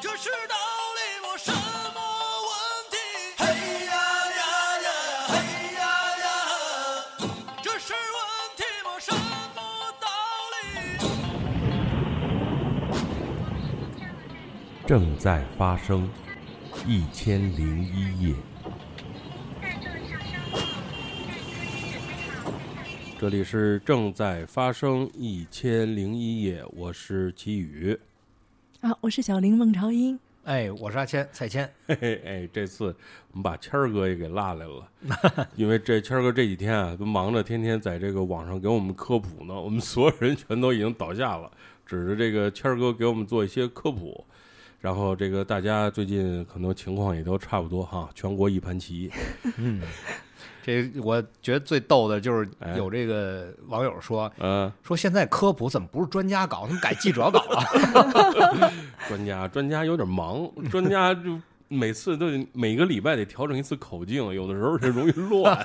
这世道里我什么问题？嘿呀呀呀呀，嘿呀呀！这是问题我什么道理？正在发生一千零一夜。这里是正在发生一千零一夜，我是齐宇。啊，我是小玲孟朝英，哎，我是阿谦，蔡谦，嘿嘿，哎，这次我们把谦儿哥也给拉来了， 因为这谦儿哥这几天啊都忙着天天在这个网上给我们科普呢，我们所有人全都已经倒下了，指着这个谦儿哥给我们做一些科普。然后这个大家最近可能情况也都差不多哈，全国一盘棋。这我觉得最逗的就是哎有这个网友说呃，说现在科普怎么不是专家搞，怎么改记者搞啊 了？专家专家有点忙，专家就每次都得每个礼拜得调整一次口径，有的时候这容易乱，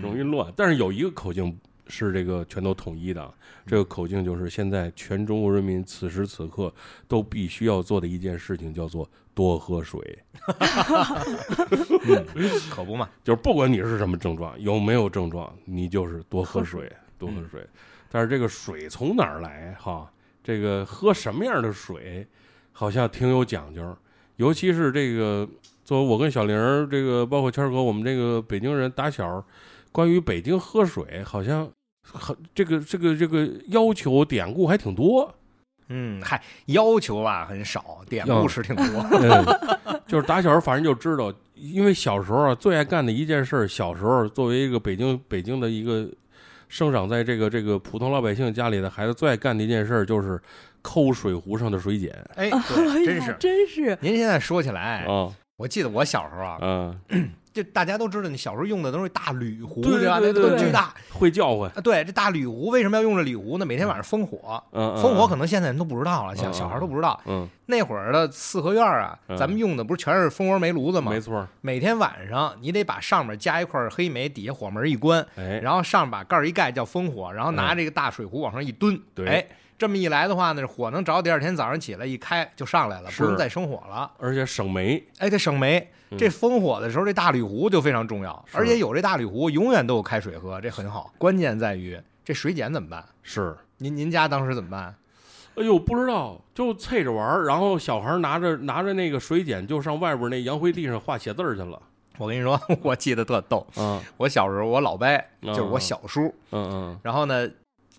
容易乱。但是有一个口径是这个全都统一的，这个口径就是现在全中国人民此时此刻都必须要做的一件事情，叫做多喝水。可不嘛，就是不管你是什么症状，有没有症状，你就是多喝水，嗯多喝水。但是这个水从哪儿来哈？这个喝什么样的水，好像挺有讲究。尤其是这个，作为我跟小玲儿，这个包括谦儿哥，我们这个北京人打小，关于北京喝水，好像很这个这个这个要求典故还挺多。嗯，嗨，要求啊很少，典故事挺多，嗯，就是打小反正就知道，因为小时候啊最爱干的一件事儿，小时候作为一个北京北京的一个生长在这个这个普通老百姓家里的孩子，最爱干的一件事儿就是抠水壶上的水碱 哎，哎对，呀真是。真是您现在说起来，啊我记得我小时候啊，啊，就大家都知道，你小时候用的都是大铝壶，对对吧？对那对都对巨大。会叫唤，啊对，这大铝壶为什么要用这铝壶呢？每天晚上烽火，嗯，烽火可能能现在人都不知道了，小嗯小孩嗯都不知道。嗯，那会儿的四合院啊嗯，咱们用的不是全是蜂窝煤炉子吗？没错儿，每天晚上你得把上面加一块黑煤，底下火门一关，哎，然后上面把盖儿一盖叫封火，然后拿嗯这个大水壶往上一蹲，对哎，这么一来的话呢，火能着，第二天早上起来一开就上来了，是不用再生火了，而且省煤，哎，这省煤。嗯这封火的时候，这大铝壶就非常重要，是而且有这大铝壶，永远都有开水喝，这很好。关键在于这水碱怎么办？是。您您家当时怎么办？哎呦，不知道，就啐着玩儿，然后小孩儿拿着拿着那个水碱，就上外边那洋灰地上画写字儿去了。我跟你说， 我记得特逗。啊，我小时候，我老伯就是我小叔，嗯嗯，然后呢，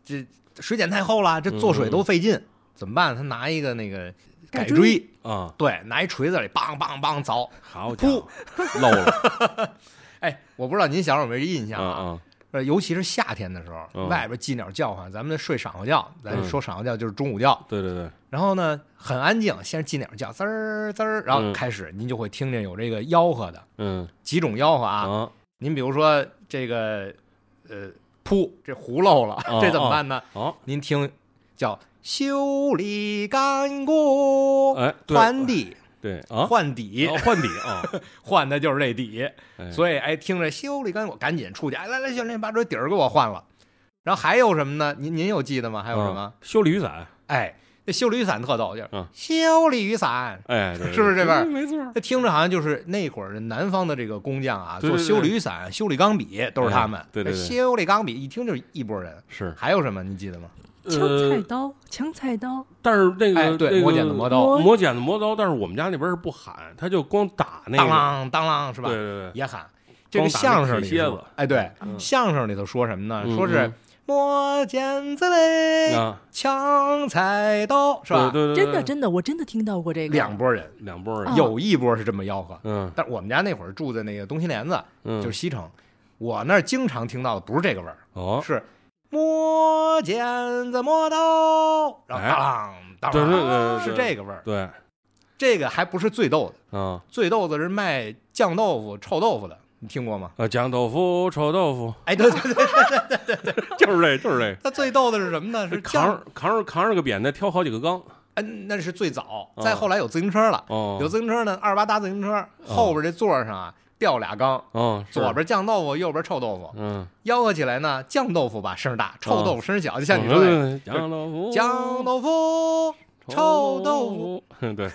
这水碱太厚了，这做水都费劲，怎么办？他拿一个那个改改锥锥，啊，对，拿一锤子里梆梆梆凿。好家伙，漏了哎，我不知道您小时候有没有这印象啊？啊呃尤其是夏天的时候，嗯外边鸡鸟叫唤，咱们睡晌午觉，咱嗯说晌午觉就是中午觉。啊！对对对，然后呢，很安静，先是鸡鸟叫滋儿滋儿，然嗯后开始您就会听见有这个吆喝的嗯几种吆喝啊。啊您比如说这个，呃，噗，这糊漏了，哦 这怎么办呢？好，您听，叫修理干锅，哎对换底对啊，换底啊换底啊， 换的就是这底，哎所以哎，听着修理干锅，赶紧出去，哎，来来，兄弟，把这底儿给我换了。然后还有什么呢？您您有记得吗？还有什么啊？修理雨伞？哎，这修理雨伞特逗，就是嗯修理雨伞，哎，对对是不是这边儿嗯没错儿，那听着好像就是那会儿南方的这个工匠啊，对对对做修理雨伞、修理钢笔都是他们嗯。对对对嗯那修理钢笔一听就是一拨人。是还有什么？你记得吗？抢菜呃，刀，抢菜刀，但是那哎个对那个磨剪子磨刀磨剪子磨刀，但是我们家那边是不喊，他就光打那当个，啷当啷是吧？对对对，也喊。这个光打那相声里铁楔说子，哎，对，嗯相声里头说什么呢？嗯说是嗯磨剪子嘞，啊，抢菜刀，是吧？对对对，真的对真的，我真的听到过这个。两拨人，呃两拨儿人，啊有一波是这么吆喝。嗯但我们家那会儿住在那个东新帘子，嗯，就是西城，我那儿经常听到的不是这个味儿，哦，是磨剪子磨刀，然后哎当啷当啷，对对对对是这个味儿。对这个还不是最逗的，啊最逗的是卖酱豆腐、臭豆腐的，你听过吗？啊，酱豆腐、臭豆腐，哎，对对对，就是这，就是这。他最逗的是什么呢？是扛酱，着扛着扛着个扁担，挑好几个缸嗯，那是最早，哦再后来有自行车了，哦，有自行车呢，二八搭自行车，后边这座上啊。吊俩缸，嗯，是左，边酱豆腐，右边臭豆腐。嗯，哦吆喝起来呢，酱豆腐吧声儿大，臭豆腐声儿小，就像你说的，嗯，酱豆腐，酱豆腐、臭豆腐、腐，对，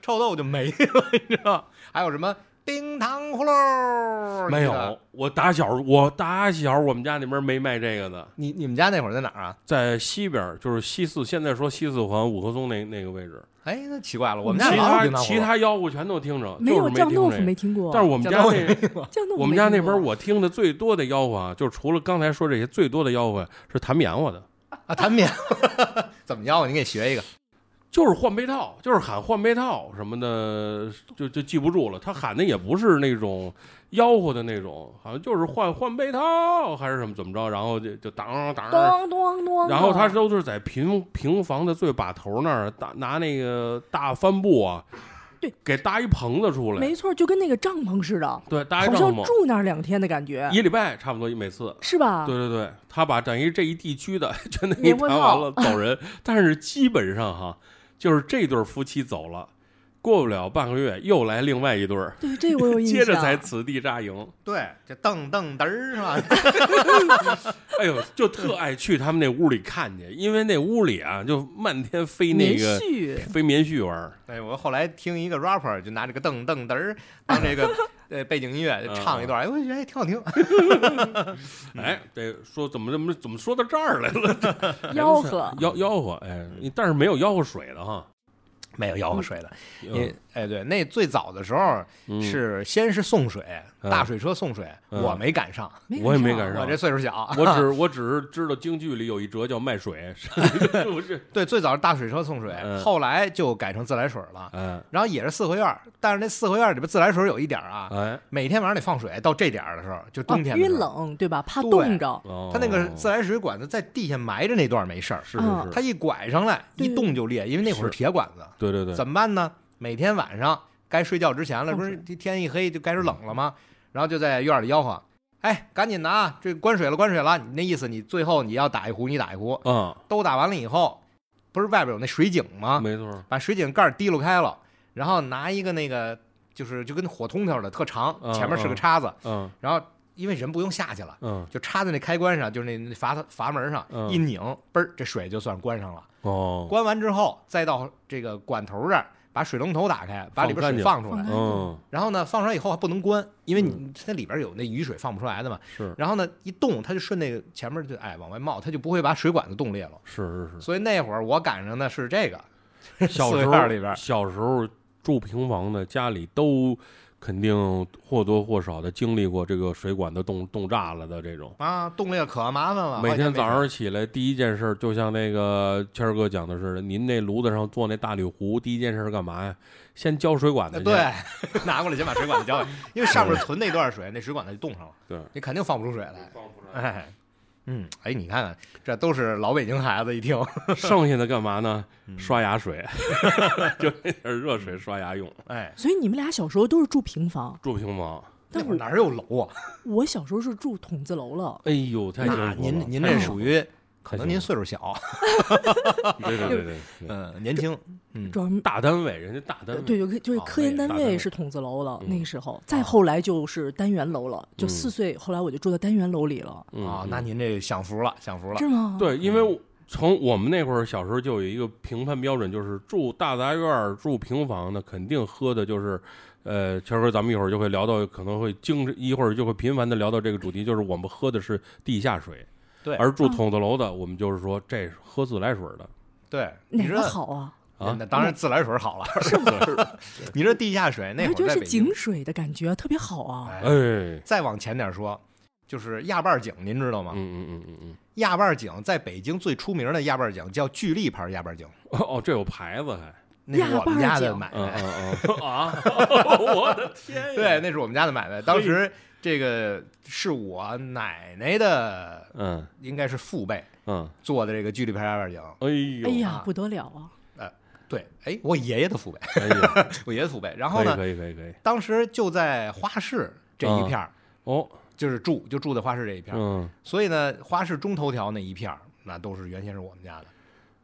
臭豆腐就没了， 你知道？还有什么冰糖葫芦？没你记得有，我打小我打小我们家那边没卖这个的，你你们家那会儿在哪儿啊？在西边儿就是西四，现在说西四环五棵松那那个位置，哎，那奇怪了，我们家其哪有冰他糖葫其芦他吆喝全都听着，没就有是酱听豆这腐个没听过，但是我们酱家豆腐那也没有酱豆腐我们家那边没儿听过我听的最多的吆喝啊，就是除了刚才说这些，最多的吆喝是弹棉花的，啊，弹棉 怎么教？你给学一个。就是换被套，就是喊换被套什么的，就就记不住了。他喊的也不是那种吆喝的那种，好像就是换换被套还是什么怎么着，然后就就当当。咚咚咚，然后他都是在平平房的最把头那儿搭拿那个大帆布啊，对，给搭一棚子出来，没错，就跟那个帐篷似的，对，搭一好帐像篷，住啊那儿两天的感觉，一礼拜差不多一每次，是吧？对对对，他把等于这一地区的全都给免谈问完号了走人，但是基本上哈，就是这对儿夫妻走了，过不了半个月又来另外一对儿，对，这 我有印象。接着才此地扎营。对，这噔噔嘚儿是吧？哎呦，就特爱去他们那屋里看去，因为那屋里啊就漫天飞那棉个絮， 飞棉絮玩儿。对，哎我后来听一个 rapper 就拿这个噔噔嘚儿当这个呃背景音乐嗯就唱一段，哎，我觉得还挺好听。哎，这说怎么怎么怎么说到这儿来了？吆喝 吆吆喝，哎，你但是没有吆喝水的 哈。没有吆喝水的，嗯因为哎对，那最早的时候嗯是先是送水，嗯大水车送水，嗯我没赶上，我也没赶上我这岁数小。我只我只是知道京剧里有一折叫卖水， 是不是？对，最早是大水车送水，嗯后来就改成自来水了。嗯，然后也是四合院儿，但是那四合院儿里边自来水有一点儿啊，哎，每天晚上得放水，到这点儿的时候就冬啊天的因为时候，冷对吧？怕对冻着，哦它那个自来水管子在地下埋着那段没事儿，是是嗯是，它一拐上来对一动就裂，因为那会儿是铁管子，对对对，怎么办呢？每天晚上该睡觉之前了，放不水是天一黑就开始冷了吗？嗯然后就在院里吆喝：“哎，赶紧的啊，这关水了，关水了！”你那意思，你最后你要打一壶，你打一壶，嗯，都打完了以后，不是外边有那水井吗？没错，把水井盖儿滴溜开了，然后拿一个那个就是就跟火通条似的，特长，嗯前面是个嗯叉子，嗯然后因为人不用下去了。嗯，就插在那开关上，就是那那阀阀门上嗯一拧，嘣儿，这水就算关上了。哦，关完之后，再到这个管头这儿，把水龙头打开，把里边水放放出来放。嗯，然后呢，放出来以后还不能关，因为你它里边有那雨水放不出来的嘛。嗯是然后呢，一动它就顺那个前面就哎往外冒，它就不会把水管子冻裂嗯了。是是所以那会儿我赶上的是这个，是，小四时合候院里边小时候住平房的，家里都肯定或多或少的经历过这个水管子冻冻炸了的这种。啊，冻裂可麻烦了。每天没事早上起来，第一件事儿就像那个谦儿哥讲的似的，您那炉子上做那大铝壶，第一件事儿干嘛呀？先浇水管子呃去。对 拿过来先把水管子浇下，因为上面存那段水，那水管子就冻上了，对，你肯定放不出水来。放不出来。哎，嗯，哎，你看看，这都是老北京孩子一听， 剩下的干嘛呢？嗯刷牙水，就那点儿热水刷牙用。哎，所以你们俩小时候都是住平房，住平房，那但会我儿哪有楼啊？我小时候是住筒子楼了，哎呦，太辛苦那了。您您太这辛苦属了于可能太您辛岁数小，对对对对对，嗯，年轻，嗯主要大单位，人家大单位，对，就就是哦科研那也单大单位位是筒子楼了，嗯那个时候，啊再后来就是单元楼了，就嗯四岁，后来我就住在单元楼里了，嗯啊，嗯那您这享福了，享福了，是吗？，对，因为我从我们那会儿小时候就有一个评判标准，就是住大杂院儿、住平房的，肯定喝的就是。呃，谦儿哥，咱们一会儿就会聊到，可能会经一会儿就会频繁的聊到这个主题，就是我们喝的是地下水，对而住筒子楼的，我们就是说这是喝自来水的，对，你哪这个好啊？啊那当然自来水好了，是吗？ 你这地下水我那还会觉得儿在是北京井，水的感觉特别好啊，哎哎，再往前点说，就是压瓣井，您知道嗯吗？嗯嗯嗯压瓣井在北京最出名的压瓣井叫巨力牌压瓣井，嗯，哦，这有牌子还，那是我们家的压买嗯卖，嗯嗯 啊，我的天呀，对，，那是我们家的买卖。当时这个是我奶奶的，嗯应该是父辈嗯，做的这个巨力牌压瓣井。哎呦，哎啊呀，不得了啊！对，哎，我爷爷的父辈，哎呀， 我爷爷的父辈。然后可以呢，可以可以可以，当时就在花市这一片儿，哦，就是住就住在花市这一片儿。嗯所以呢，花市中头条那一片儿，那都是原先是我们家的。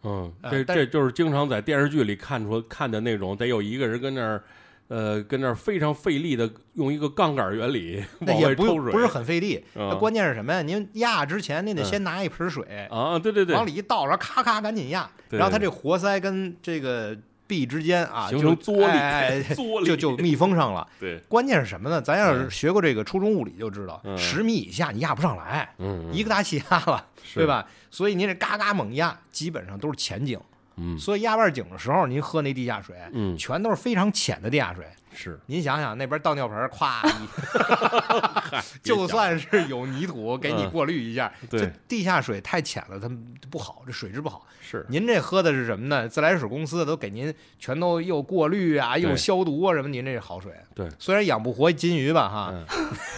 嗯，呃这但这就是经常在电视剧里看出看的那种，得有一个人跟那儿。呃，跟那儿非常费力的用一个杠杆原理那往也外不抽用水，不是很费力。那嗯关键是什么呀？您压之前，你得嗯先拿一盆水啊，对对对，往里一倒，然后咔咔赶紧压，对然后它这活塞跟这个壁之间啊，形就成作力，哎 哎哎作力就就密封上了。对，关键是什么呢？咱要是嗯学过这个初中物理就知道，嗯十米以下你压不上来，嗯，一个个大气压了，对？是吧？所以您这嘎嘎猛压，基本上都是前井。嗯所以压腕井的时候，您喝那地下水，嗯，全都是非常浅的地下水。是，您想想，那边倒尿盆儿，咵， 一就算是有泥土给你嗯过滤一下，对这地下水太浅了，它不好，这水质不好。是您这喝的是什么呢？自来水公司都给您全都又过滤啊，又对消毒啊，什么？您这是好水。对虽然养不活金鱼吧，哈，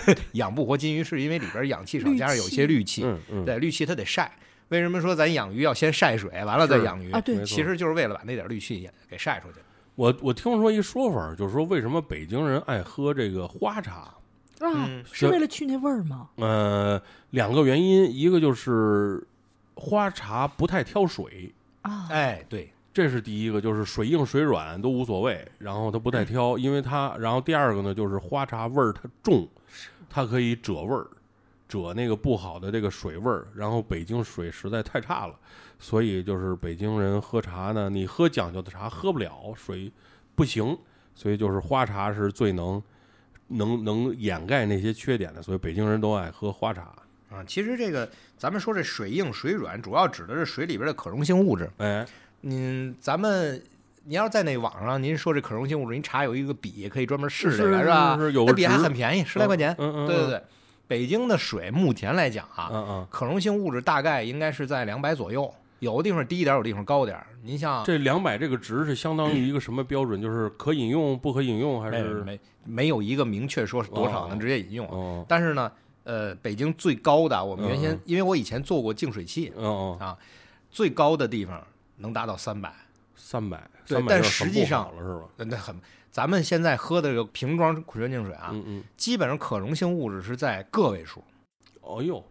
嗯 养不活金鱼是因为里边氧气少，氯加上有气些氯气，嗯嗯，对氯气它得晒。为什么说咱养鱼要先晒水，完了再是养鱼？啊对哦没错其实就是为了把那点氯气也给晒出去。我我听说一说法儿，就是说为什么北京人爱喝这个花茶？啊嗯，是这为了去那味儿吗？呃，两个原因，一个就是花茶不太挑水，啊，哎，对，这是第一个，就是水硬水软都无所谓，然后它不太挑，因为它，然后第二个呢，就是花茶味儿它重，它可以褶味儿，褶那个不好的这个水味儿。然后北京水实在太差了，所以就是北京人喝茶呢，你喝讲究的茶喝不了，水不行，所以就是花茶是最能能能掩盖那些缺点的，所以北京人都爱喝花茶。啊，其实这个咱们说这水硬水软，主要指的是水里边的可溶性物质。哎，嗯，咱们您要是在那网上，您说这可溶性物质，您查有一个笔可以专门试这是个，是吧？是有那个笔还值很便宜，十来块钱。嗯嗯，对对对，对，北京的水目前来讲啊，嗯嗯，可溶性物质大概应该是在两百左右，有的地方低一点，有的地方高点儿。您像这两百这个值是相当于一个什么标准？就是可饮用、不可饮用，还没是没没有一个明确说是多少能哦直接饮用，啊哦但是呢，呃，北京最高的，我们原先、嗯嗯因为我以前做过净水器，哦哦最高的地方能达到三百。三百？对300但就是很实际不好上了是吧？那很，咱们现在喝的这个瓶装矿泉净水啊，嗯嗯，基本上可溶性物质是在个位数。哦呦，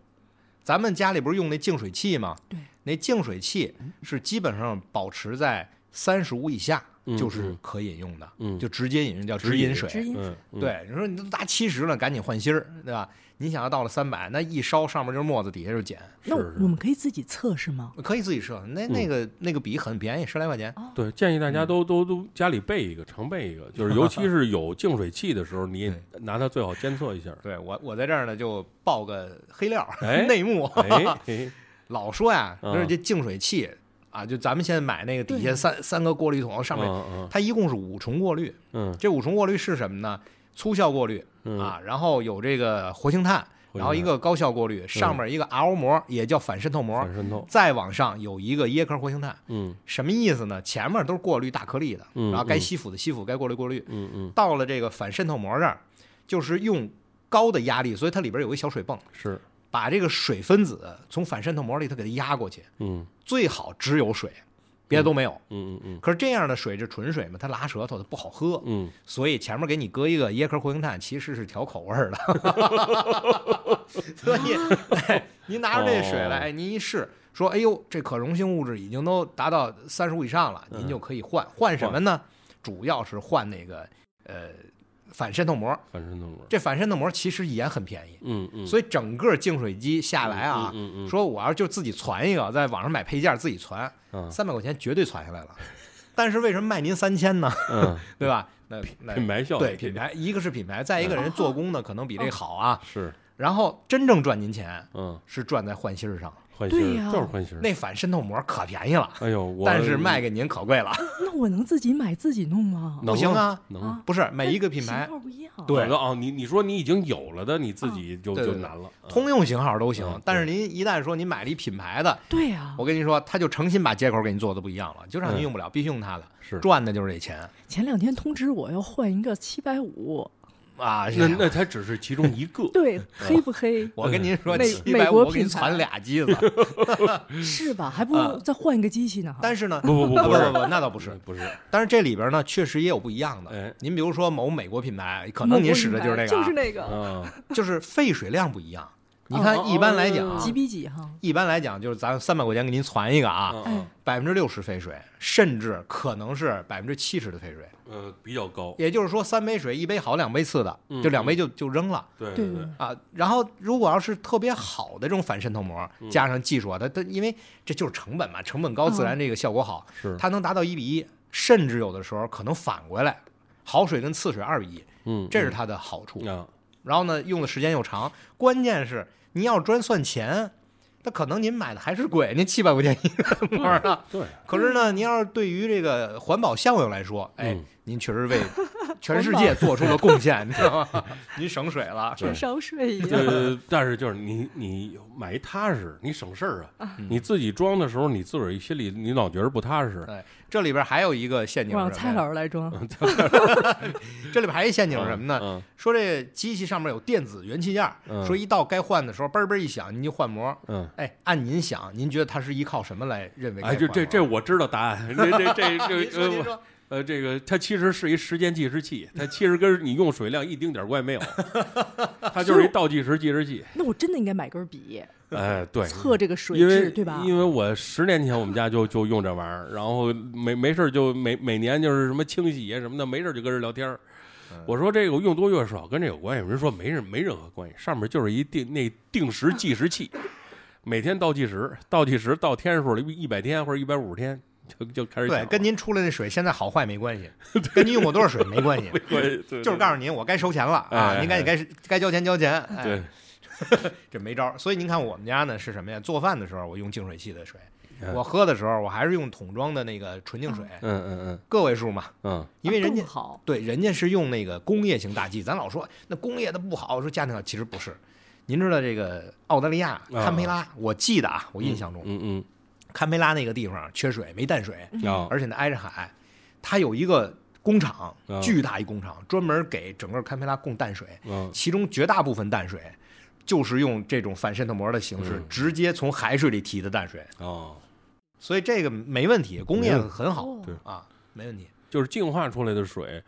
咱们家里不是用那净水器吗？对，嗯那净水器是基本上保持在三十五以下，嗯就是可饮用的，嗯，就直接饮用叫直直饮饮水。直饮嗯，嗯，对，你说你都达七十了，赶紧换芯儿，对吧？你想要到了三百，那一烧上面就是沫子，底下就是碱，那是是我们可以自己测试吗？可以自己设。那嗯那个、那个笔很便宜，十来块钱。对，建议大嗯家都都都家里备一个，常备一个， 就是尤其是有净水器的时候，你也拿它最好监测一 下。对我，我在这儿呢就爆个黑料儿、 哎内幕。哎，哎老说呀，嗯就是这净水器啊，就咱们现在买那个底下对三三个过滤桶， 上面嗯它一共是五重过滤。嗯这五重过滤是什么呢？粗效过滤嗯啊，然后有这个活性炭，活性炭嗯然后一个高效过滤，上面一个 RO 膜，也叫反渗透膜，反渗透，再往上有一个椰壳活性炭。嗯什么意思呢？前面都是过滤大颗粒的，嗯然后该嗯吸附的吸附，该过滤过滤。嗯嗯，到了这个反渗透膜这儿，就是用高的压力，所以它里边有一小水泵，是，把这个水分子从反渗透膜里头给它压过去。嗯最好只有水，别的都没有。嗯嗯可是这样的水是纯水嘛，它拉舌头，它不好喝，嗯所以前面给你搁一个椰壳活性炭，其实是调口味儿的。 所 以、哎您拿着这水来，哦哎，您一试，说，哎呦，这可溶性物质已经都达到三十五以上了，嗯您就可以换换什么呢？主要是换那个呃反渗透膜嗯，。反渗透膜，这反渗透膜其实也很便宜，嗯嗯，所以整个净水机下来啊，嗯嗯嗯说我要就自己攒一个，在网上买配件自己攒，嗯三百块钱绝对攒下来了。但是为什么卖您三千呢？ 嗯，对吧？那 那品牌效啊嗯对益品牌，一个是品牌，再一个人做工呢可能比这好啊。是，然后真正赚您钱嗯，是赚在换芯儿上，换芯对儿呀就是换芯儿。那反渗透膜可便宜了，哎呦，我嗯但是卖给您可贵了。那我能自己买自己弄吗？能不行啊，能啊啊，不是每一个但品牌 型号不一样。对啊好的哦，你你说你已经有了的，你自己就对对就对难了。嗯通用型号都行嗯，但是您一旦说您买了一品牌的，对啊呀我，跟您说，他就诚心把接口给你做的不一样了，就让您用不了，必须用它的，嗯是赚的就是这钱前两天通知我要换一个七百五，，啊。那那才只是其中一个对，黑不黑？我跟您嗯说，美七美百五国我给您品牌攒俩 机子，是吧？还不如再换一个机器呢。啊但是是呢，啊不不不不不是不不，那倒不是，嗯不是但是这里边呢，确实也有不一样的哎。您比如说某美国品牌，可能您使的就是那个啊，就是那个，啊，就是废水量不一样。你看，一般来哦讲，啊几比几哈？一般来讲就是咱三百块钱给您攒一个啊，哎嗯百分之六十飞水，甚至可能是百分之七十的飞水。呃，比较高，也就是说，三杯水，一杯好，两杯次的，嗯就两杯就就扔了对嗯对对，啊。然后，如果要是特别好的这种反渗透膜，嗯加上技术啊，它它因为这就是成本嘛，成本高，嗯自然这个效果好，是，它能达到一比一，甚至有的时候可能反过来，好水跟次水二比一，嗯，这是它的好处。啊，然后呢，用的时间又长，关键是您要专算钱，那可能您买的还是贵，您七百块钱一个膜儿啊。对，可是呢，您要是对于这个环保效应来说，哎，嗯您确 实为全世界做出了贡献，你知道吗？您省水了，对跟烧水一样。呃，但是就是你你买踏实，你省事儿啊。你自己装的时候，你自个儿心里你老觉得不踏实，哎，这里边还有一个陷阱我让是什蔡么老呀？师来装，这里边还有一陷阱是什么呢？嗯？说这机器上面有电子元器件儿，嗯说一到该换的时候，嘣儿嘣儿一响，您就换膜。嗯，哎，按您想，您觉得它是依靠什么来认为嗯该哎，换这膜？这这我知道答案，这这这啊 您这说您呃说，呃，这个它其实是一时间计时器，它其实跟你用水量一丁点儿关系 没有，它就是一倒计时计时器。那我真的应该买根笔哎，对，测这个水因为质，对吧？因为我十年前我们家就就用这玩意儿，然后没没事儿就每每年就是什么清洗啊什么的，没事儿就跟人聊天儿。我说这个用多用少跟这有关系，人说没任没任何关系，上面就是一定那定时计时器，每天倒计时，倒计时到天数了一百天或者一百五十天就就开始对，讲跟您出来那水现在好坏没 关系，跟您用过多少水没关系，对对就是告诉您我该收钱了啊，哎您赶紧该该交钱交钱。哎对，这没招儿。所以您看我们家呢是什么呀？做饭的时候我用净水器的水嗯，我喝的时候我还是用桶装的那个纯净水，嗯嗯个位数嘛，嗯因为人家更。好，对，人家是用那个工业型大剂，咱老说那工业的不好，说家庭好，其实不是。您知道这个澳大利亚堪培拉，我记得啊，我印象中啊嗯嗯堪培拉那个地方缺水，没淡水，嗯，啊而且呢挨着海，它有一个工厂啊，巨大一工厂，专门给整个堪培拉供淡水，嗯其中绝大部分淡水就是用这种反渗透膜的形式嗯直接从海水里提的淡水，哦，所以这个没问题，工业没问很好哦对啊，没问题。就是净化出来的水，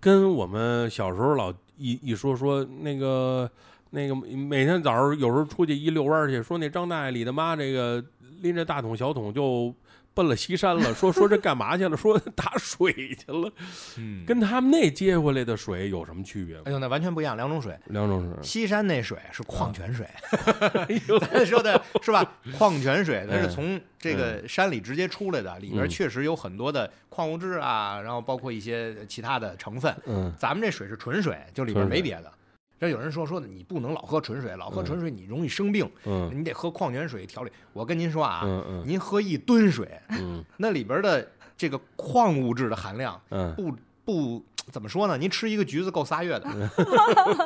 跟我们小时候老一一说说那个那个每天早上有时候出去一遛弯儿去，说那张大爷李大妈这个拎着大桶小桶就奔了西山了，说说这干嘛去了？说打水去了，嗯，跟他们那接回来的水有什么区别吗？哎呦，那完全不一样，两种水。两种水，西山那水是矿泉水， 哎呦，咱 说的是吧？矿泉水它是嗯从这个山里直接出来的，里边嗯确实有很多的矿物质啊，然后包括一些其他的成分。嗯，咱们这水是纯水，就里边纯水没别的。这有人说说你不能老喝纯水，老喝纯水你容易生病，嗯你得喝矿泉水调理。我跟您说啊，嗯嗯您喝一吨水，嗯那里边的这个矿物质的含量嗯，不不怎么说呢？您吃一个橘子够仨 月的，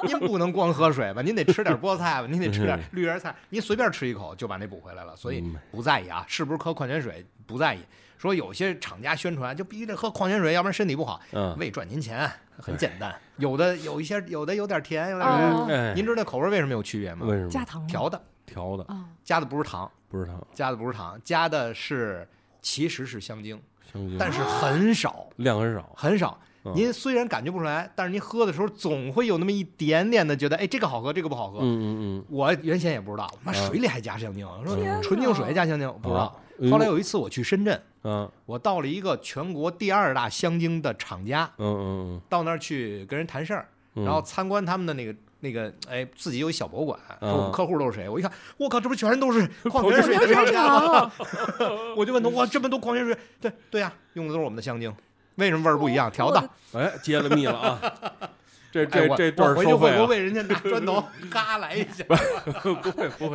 您不能光喝水吧？您得吃点菠菜吧，您得吃点绿叶菜，您随便吃一口就把那补回来了。所以嗯不在意啊，是不是喝矿泉水不在意。说有些厂家宣传就必须得喝矿泉水，要不然身体不好。嗯为赚您钱，很简单。有的有一些，有的有点甜，有点哦儿。哎，您知道口味为什么有区别吗？为什加么糖吗调的，调的啊，加的不是糖，不是糖加的不是糖，加的是其实是香精，香精，但是很少量很少，很少。嗯您虽然感觉不出来，但是您喝的时候总会有那么一点点的觉得，哎，这个好喝，这个不好喝。嗯啊嗯我原先也不知道，妈水里还加香精，我天哪说纯净水加香精，我不知道哎呦。后来有一次我去深圳，嗯啊，我到了一个全国第二大香精的厂家，嗯嗯到那儿去跟人谈事儿，嗯然后参观他们的那个那个，哎，自己有一小博物馆，嗯说我们客户都是谁？我一看，我靠，这不全 都是矿泉水矿泉厂水 家吗厂？我就问他，哇，这么多矿泉水？对对呀、用的都是我们的香精，为什么味儿不一样？调的。嗯，哎，揭了密了啊！ 这哎这我这段我儿回去收费会啊不！会人家拿 砖头嘎来一下？不会不会，不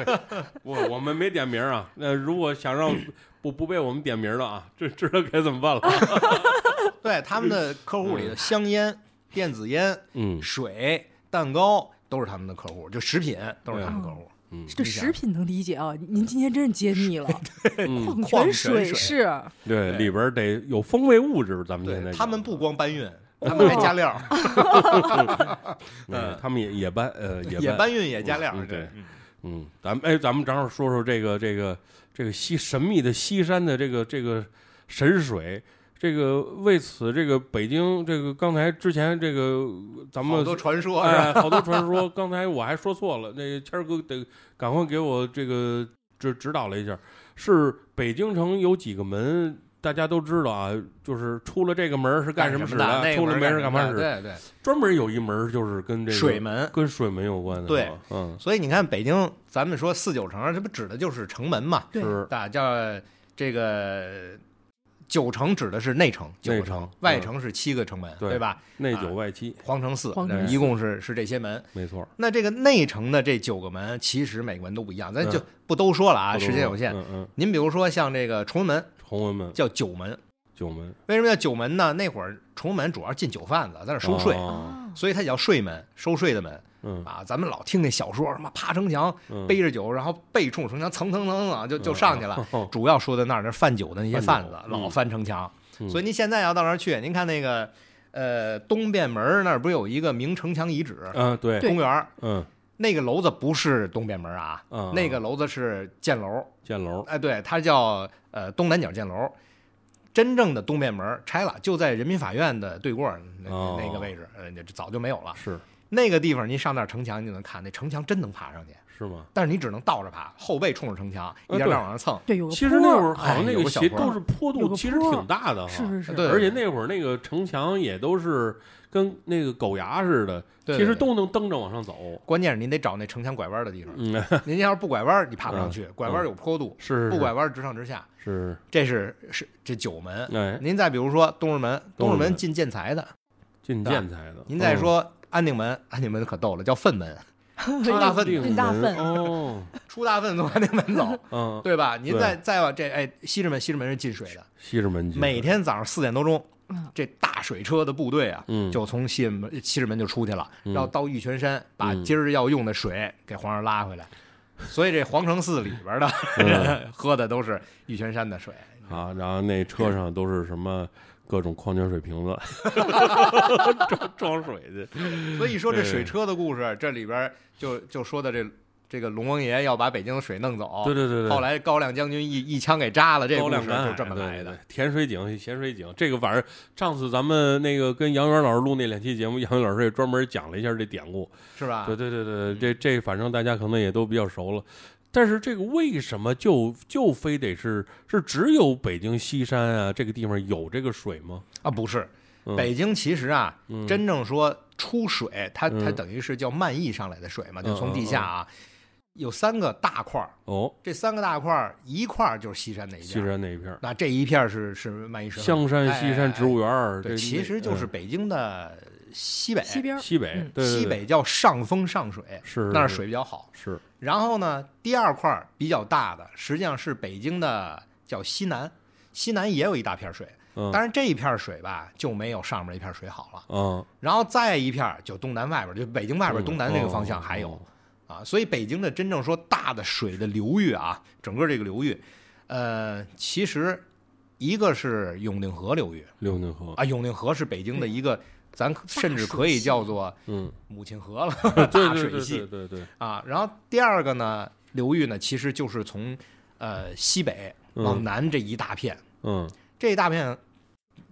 会， 我们没点名儿啊。那如果想让不不被我们点名儿的啊，这知道该怎么办了。对，他们的客户里的香烟、电子烟、嗯水、蛋糕都是他们的客户，就食品都是他们客户。这食品能理解啊。您今天真是揭秘了， 矿矿泉泉水水是嗯对，里边儿得有风味物质，咱们现在对有他们不光搬运，他们还加料儿，嗯他们也也搬呃 也也搬运也加料嗯儿。对嗯嗯，咱们哎，咱们正好说说这个这个这个西神秘的西山的这个这个神水，这个为此，这个北京，这个刚才之前这个咱好们多传说 是吧？哎，好多传说，刚才我还说错了，那个谦儿哥得赶快给我这个指指导了一下，是北京城有几个门。大家都知道啊，就是出了这个门儿是干什么使的？那个出了门门干儿是干嘛什使么的？对对，专门有一门儿就是跟这个水门。跟水门有关的，对是吧，嗯，所以你看，北京咱们说四九城，啊这不指的就是城门嘛？对是大叫这个九城指的是内城，九内个城城，外嗯城是七个城门，对对吧？内啊九外七，皇城四皇，城一共是是这些门。没错儿，那这个内城的这九个门，其实每个门都不一样，咱嗯就不都说了啊，不多时间说有限。嗯嗯，您比如说像这个崇文门崇文门、叫九门，九门为什么叫九门呢？那会儿崇文门主要是进酒贩子，在那儿收税，哦啊，所以它叫税门，收税的门嗯啊。咱们老听那小说什么爬城墙，嗯，背着酒，然后背冲城墙，蹭蹭蹭啊，就就嗯上去了。，哦 主要说的那儿那贩酒的那些贩贩子酒，老嗯翻城墙。嗯所以您现在要到那儿去，您看那个呃东便门儿那儿不是有一个明城墙遗址嗯，对，公园儿？嗯那个楼子不是东便门啊，啊，那个楼子是箭楼。箭楼，哎，对，它叫呃东南角箭楼。真正的东便门儿拆了，就在人民法院的对过儿那、哦那个位置，呃，这早就没有了。是那个地方您上那儿城墙，你就能看，那城墙真能爬上去。是吗？但是你只能倒着爬，后背冲着城墙，一点啊对点往上蹭。对，有个其实那坡会儿好像那哎有个个小斜坡儿都是坡有度，个其实坡儿挺大的哈，是是是，对而且那会儿那个城墙也都是跟那个狗牙似的，对其实对对都能蹬着往上走。关键是您得找那城墙拐弯的地方。嗯，您要是不拐弯，你爬不上去。拐弯有坡度，是不拐弯直上直下。是，这是是这九门。哎，您再比如说东直门，东东直门直门进建材的。进建材的。啊嗯您再说安定门，安定门可逗了，叫粪 门，哎出大粪定进大粪 哦，出大粪从安定门走，嗯，对吧？您对再再往这哎西直门，西直门是进水的，西直门进每天早上四点多钟嗯，这大水车的部队啊，嗯就从西直门西直门就出去了，嗯然后到玉泉山把嗯今儿要用的水给皇上拉回来。所以这皇城寺里边的嗯 人喝的都是玉泉山的水，啊，然后那车上都是什么各种矿泉水瓶 子， 装装水去。所以说这对水车的故事，这里边就就说的这这个龙王爷要把北京的水弄走，对对对对，后来高亮将军一一枪给扎了，这高故事粱干就海这么对来对的对。甜水井、咸水井，这个反正上次咱们那个跟杨元老师录那两期节目，杨元老师也专门讲了一下这典故。是吧？对对对对，嗯这这反正大家可能也都比较熟了。但是这个为什么就就非得是是只有北京西山啊这个地方有这个水吗？啊，不是嗯，北京其实啊，嗯真正说出水，它它嗯等于是叫漫溢上来的水嘛，就嗯从嗯地下啊，有三个大块儿，哦，这三个大块儿一块儿就是西山那一西片儿，山那一片儿，那这一片儿是是漫溢水香山、西山植物园，园儿，对，这嗯其实就是北京的西北，西边儿西北嗯，对西北叫上风上水，是那儿水比较好。是然后呢，第二块儿比较大的，实际上是北京的叫西南，西南也有一大片水，嗯但是这一片水吧就没有上面那片水好了。啊，然后再一片儿就东南外边儿，就北京外嗯边儿东南这个方向还有哦啊，所以北京的真正说大的水的流域啊，整个这个流域，呃，其实一个是永定河流域辽宁河，啊，永定河是北京的一个，咱甚至大水可以系叫做嗯，母亲河了， 对大对水对系对对对，啊。然后第二个呢，流域呢，其实就是从呃西北嗯往南这一大片，嗯这一大片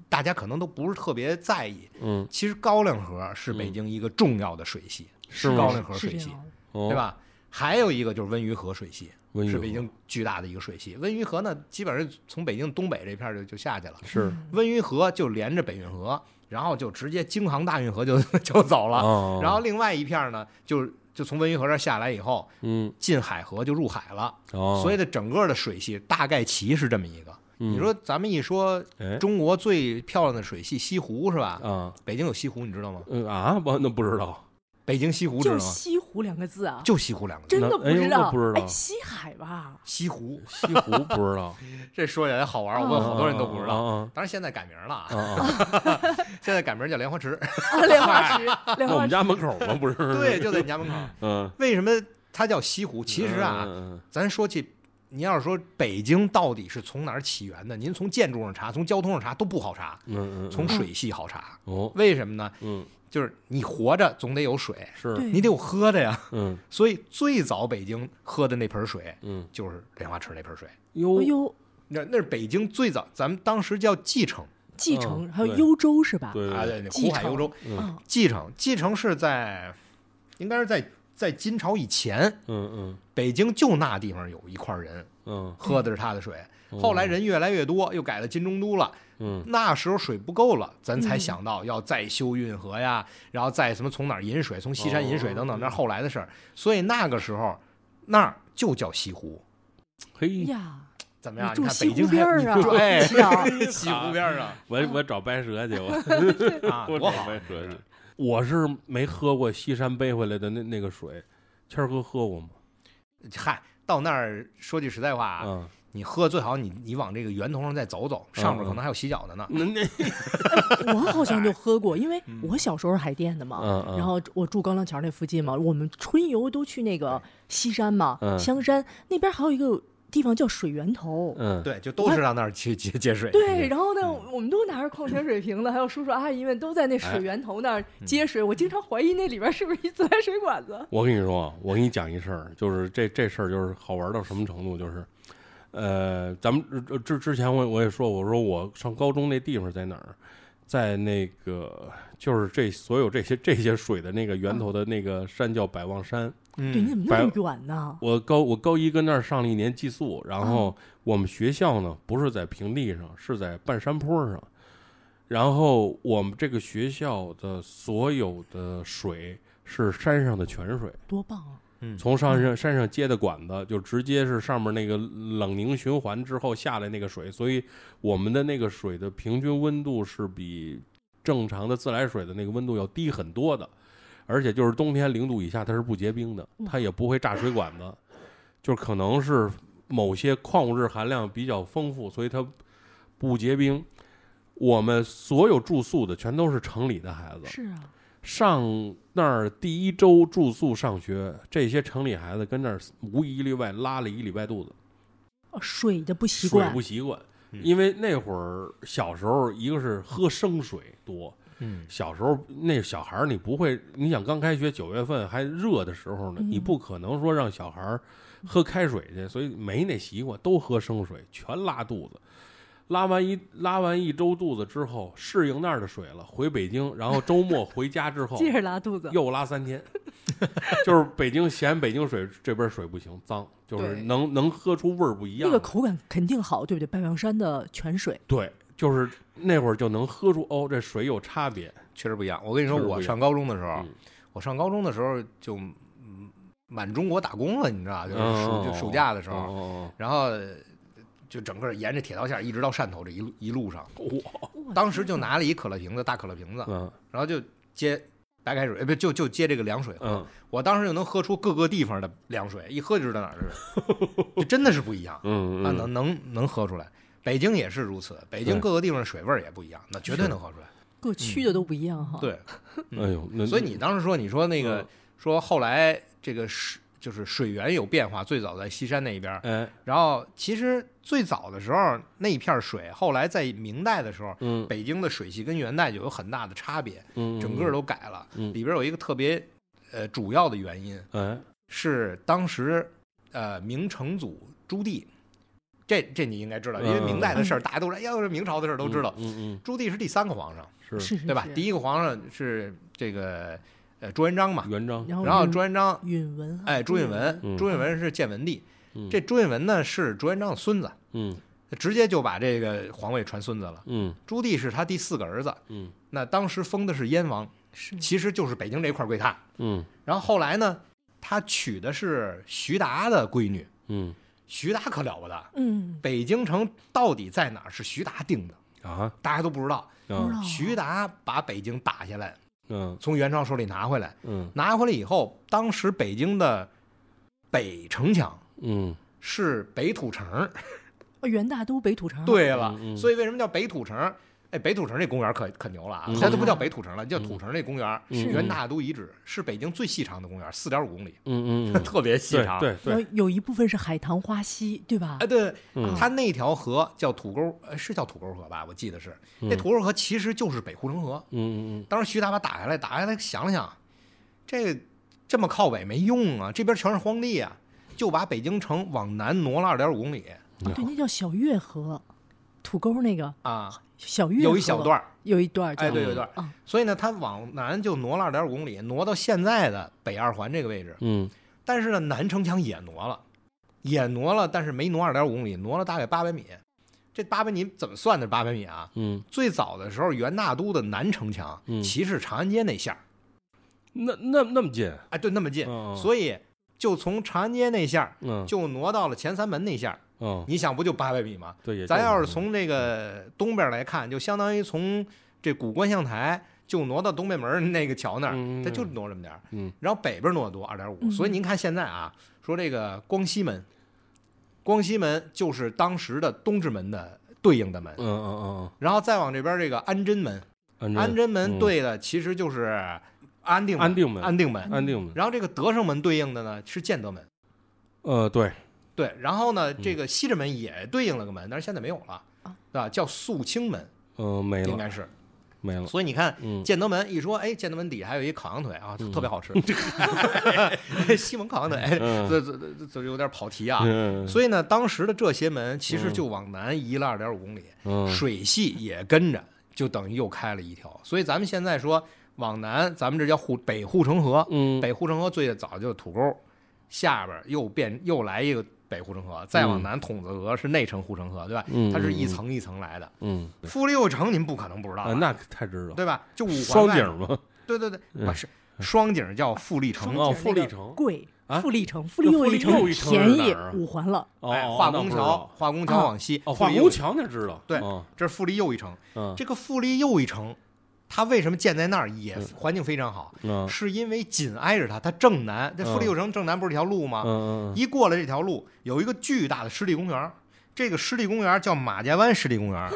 大家可能都不是特别在意。嗯，其实高粱河是北京一个重要的水系，是高吗？粱河是水这系，样的，哦对？吧？还有一个就是温榆河水系，温榆是河北京巨大的一个水系。温榆河呢，基本上从北京东北这片儿就就下去了。是温榆河就连着北运河，然后就直接京杭大运河就 就走了。啊，然后另外一片儿呢，就就从温榆河这儿下来以后，嗯，进海河就入海了，哦，所以呢，整个的水系大概其是这么一个。你你说咱们一说哎中国最漂亮的水系西湖是吧？啊，北京有西湖，你知道吗？呃啊，不，那不知道，北京西湖知道就吗？西湖两个字啊，就西湖两个字，真的那不哎呦知那道，不知道哎，西海吧，西湖西湖不知道，这说起来好玩儿，我问好多人都不知道。啊当然现在改名了啊啊，啊！啊现在改名叫莲花池，啊，莲花池，莲那我花们池，家门口吗？不是？对，，就在你家门口。嗯，为什么它叫西湖？其实啊，嗯，咱说起，你要是说北京到底是从哪儿起源的，您从建筑上查，从交通上查都不好查，嗯嗯嗯，从水系好查。哦，为什么呢？嗯，就是你活着总得有水，是，对你得有喝的呀。嗯所以最早北京喝的那盆水嗯，就是莲花池那盆水，哟哎呦，那那是北京最早，咱们当时叫蓟城，继承，嗯还有对幽州是吧？对啊，对对，那继苦海承幽州，嗯啊，继承继承是在，应该是在在金朝以前，嗯北京就那地方有一块人嗯喝的是他的水，嗯，后来人越来越多，又改了金中都了，嗯那时候水不够了，咱才想到要再修运河呀，然后再什么从哪儿引水，从西山引水等等，哦那是后来的事儿。所以那个时候那儿就叫西湖，嘿，呀，怎么样？你你住看西北湖京边儿还啊 你住哎，是啊 西湖边儿啊，我我找白蛇去，我 啊，我多找好白！蛇去。我是没喝过西山背回来的那那个水，谦儿哥喝过吗？嗨，到那儿说句实在话啊，啊，你喝最好你你往这个源头上再走走，嗯上面可能还有洗脚的呢。那那我好像就喝过，因为我小时候是海淀的嘛，嗯嗯，然后我住高粱桥那附近嘛，我们春游都去那个西山嘛，嗯香山那边还有一个地方叫水源头。嗯对，就都是上那儿去接接水。对，然后呢，我们都拿着矿泉水瓶子，还有叔叔阿姨们都在那水源头那儿接水。我经常怀疑那里边是不是一自来水管子。我跟你说啊，我给你讲一事儿，就是这这事儿就是好玩到什么程度，就是，呃，咱们呃之之前我我也说，我说我上高中那地方在哪儿，在那个就是这所有这些这些水的那个源头的那个山叫百望山。对，你嗯，怎么那么远呢？我高我高一跟那儿上了一年寄宿，然后我们学校呢不是在平地上，是在半山坡上。然后我们这个学校的所有的水是山上的泉水。多棒啊！从上山山上接的管子，就直接是上面那个冷凝循环之后下来那个水，所以我们的那个水的平均温度是比正常的自来水的那个温度要低很多的，而且就是冬天零度以下它是不结冰的，它也不会炸水管子，就是可能是某些矿物质含量比较丰富，所以它不结冰。我们所有住宿的全都是城里的孩子，是啊，上那儿第一周住宿上学，这些城里孩子跟那儿无一例外拉了一礼拜肚子，哦水的不习水惯不，习惯。嗯因为那会儿小时候，一个是喝生水多，嗯，小时候那小孩儿你不会，你想刚开学九月份还热的时候呢，嗯你不可能说让小孩儿喝开水去，所以没那习惯，都喝生水，全拉肚子。拉完一拉完一周肚子之后，适应那儿的水了，回北京，然后周末回家之后， 接着拉肚子。又拉三天， 就是北京嫌北京水这边水不行脏，就是对能能喝出味儿不一那样的。个口感肯定好，对不对？白羊山的泉水，对，就是那会儿就能喝出哦，这水有差别。确实不一样。我跟你说，确实不一样我上高中的时候嗯，我上高中的时候就嗯满中国打工了，你知道，就是暑就嗯暑假的时候，哦然后就整个沿着铁道线一直到汕头这一路一路上，哦哦当时就拿了一可乐瓶子，大可乐瓶子，哦，然后就接白开水，呃，不就就接这个凉水嗯嗯我当时就能喝出各个地方的凉水，一喝就知道哪儿是，就真的是不一样嗯啊，嗯，能能能喝出来。北京也是如此，北京对各个地方的水味儿也不一样，那绝对能喝出来。各区的都不一样哈。，对，嗯哎呦，那所以你当时说，你说那个、嗯说后来这个水就是水源有变化，最早在西山那一边儿，哎然后其实最早的时候那一片儿水，后来在明代的时候，嗯北京的水系跟元代就有很大的差别，嗯，整个都改了。嗯里边有一个特别呃主要的原因，哎是当时呃明成祖朱棣，这这你应该知道，嗯因为明代的事儿大家都知道，哎呦，这明朝的事儿都知道。嗯朱棣是第三个皇上，嗯是是是，对吧？是第一个皇上是这个呃朱元璋嘛，元璋，然后然后云朱元璋允文啊，哎朱允文，嗯朱允文是建文帝，嗯这朱允文呢是朱元璋的孙子，嗯直接就把这个皇位传孙子了。嗯朱棣是他第四个儿子，嗯那当时封的是燕王，是其实就是北京这块儿归他。嗯然后后来呢，他娶的是徐达的闺女，嗯徐达可了不得，嗯，北京城到底在哪儿是徐达定的，啊大家都不知道。不知啊道徐达把北京打下来，嗯从元朝手里拿回来，嗯拿回来以后，当时北京的北城墙嗯是北土城。哦元大都北土城。对了，嗯嗯所以为什么叫北土城？哎，北土城这公园可可牛了啊！嗯现在都不叫北土城了，叫土城这公园。嗯元大都遗址是北京最细长的公园，四点五公里，嗯嗯，特别细对长。对然对，后有一部分是海棠花溪，对吧哎，？对，嗯它那条河叫土沟，呃，是叫土沟河吧？我记得是，那嗯土沟河其实就是北护城河。嗯嗯当时徐达把打下来，打下来想了想，这这么靠北没用啊，这边全是荒地啊，就把北京城往南挪了二点五公里，哦对，那叫小月河。土沟那个啊，小运河有一小段儿，有一段儿叫，哎，对，有一段儿嗯。所以呢，它往南就挪了二点五公里，挪到现在的北二环这个位置。嗯但是呢，南城墙也挪了，也挪了，但是没挪二点五公里，挪了大概八百米。这八百米怎么算的？八百米啊？嗯，最早的时候，元大都的南城墙嗯其实长安街那线儿，那那那么近，哎，对，那么近，嗯所以就从长安街那线儿嗯就挪到了前三门那线儿。嗯，你想，不就八百米吗？对，也嗯咱就要是从这个东边来看，就相当于从这古观象台就挪到东北门那个桥那儿，嗯嗯它就嗯挪这么点儿。嗯然后北边挪得多，二点五。嗯所以您看现在啊，说这个光西门，光西门就是当时的东直门的对应的门嗯，嗯然后再往这边这个安贞门，嗯嗯，安贞门嗯对的其实就是安定安定门嗯安定门。安定门，然后这个德胜门对应的呢是建德门，呃，对，对。然后呢，嗯这个西直门也对应了个门，但是现在没有了啊，啊，叫肃清门，呃，没应了，该是。没了，所以你看，嗯，建德门一说，哎，建德门底下还有一烤羊腿啊，嗯特别 好吃。 西门烤羊腿，嗯这这这这有点跑题啊。嗯所以呢，当时的这些门其实嗯就往南移了二点五公里，嗯水系也跟着，就等于又开了一条。所以咱们现在说往南，咱们这叫护北护城河，嗯北护城河最早就是土沟，下边又变又来一个北护城河，再往嗯南筒子河是内城护城河，对吧？嗯它是一嗯嗯层一层来的。嗯，富力幼城您不可能不知道吧啊，那可太知道了，对吧？就五环双外井嘛，对对对，嗯不是双井叫富力城哦，双，井富那力个城，贵啊，富力城，富那力富力一又一城是便哪宜儿啊五环了，哦哎，哦化那工不知桥道，化工桥往西，哦，富化力又工一城，桥那知道，对嗯这是富力又一城。嗯这个富力又一城，它为什么建在那儿也环境非常好？嗯是因为紧挨着它，它正南，这富力又城正南不是一条路吗？嗯嗯一过了这条路，有一个巨大的湿地公园。这个湿地公园叫马家湾湿地公园，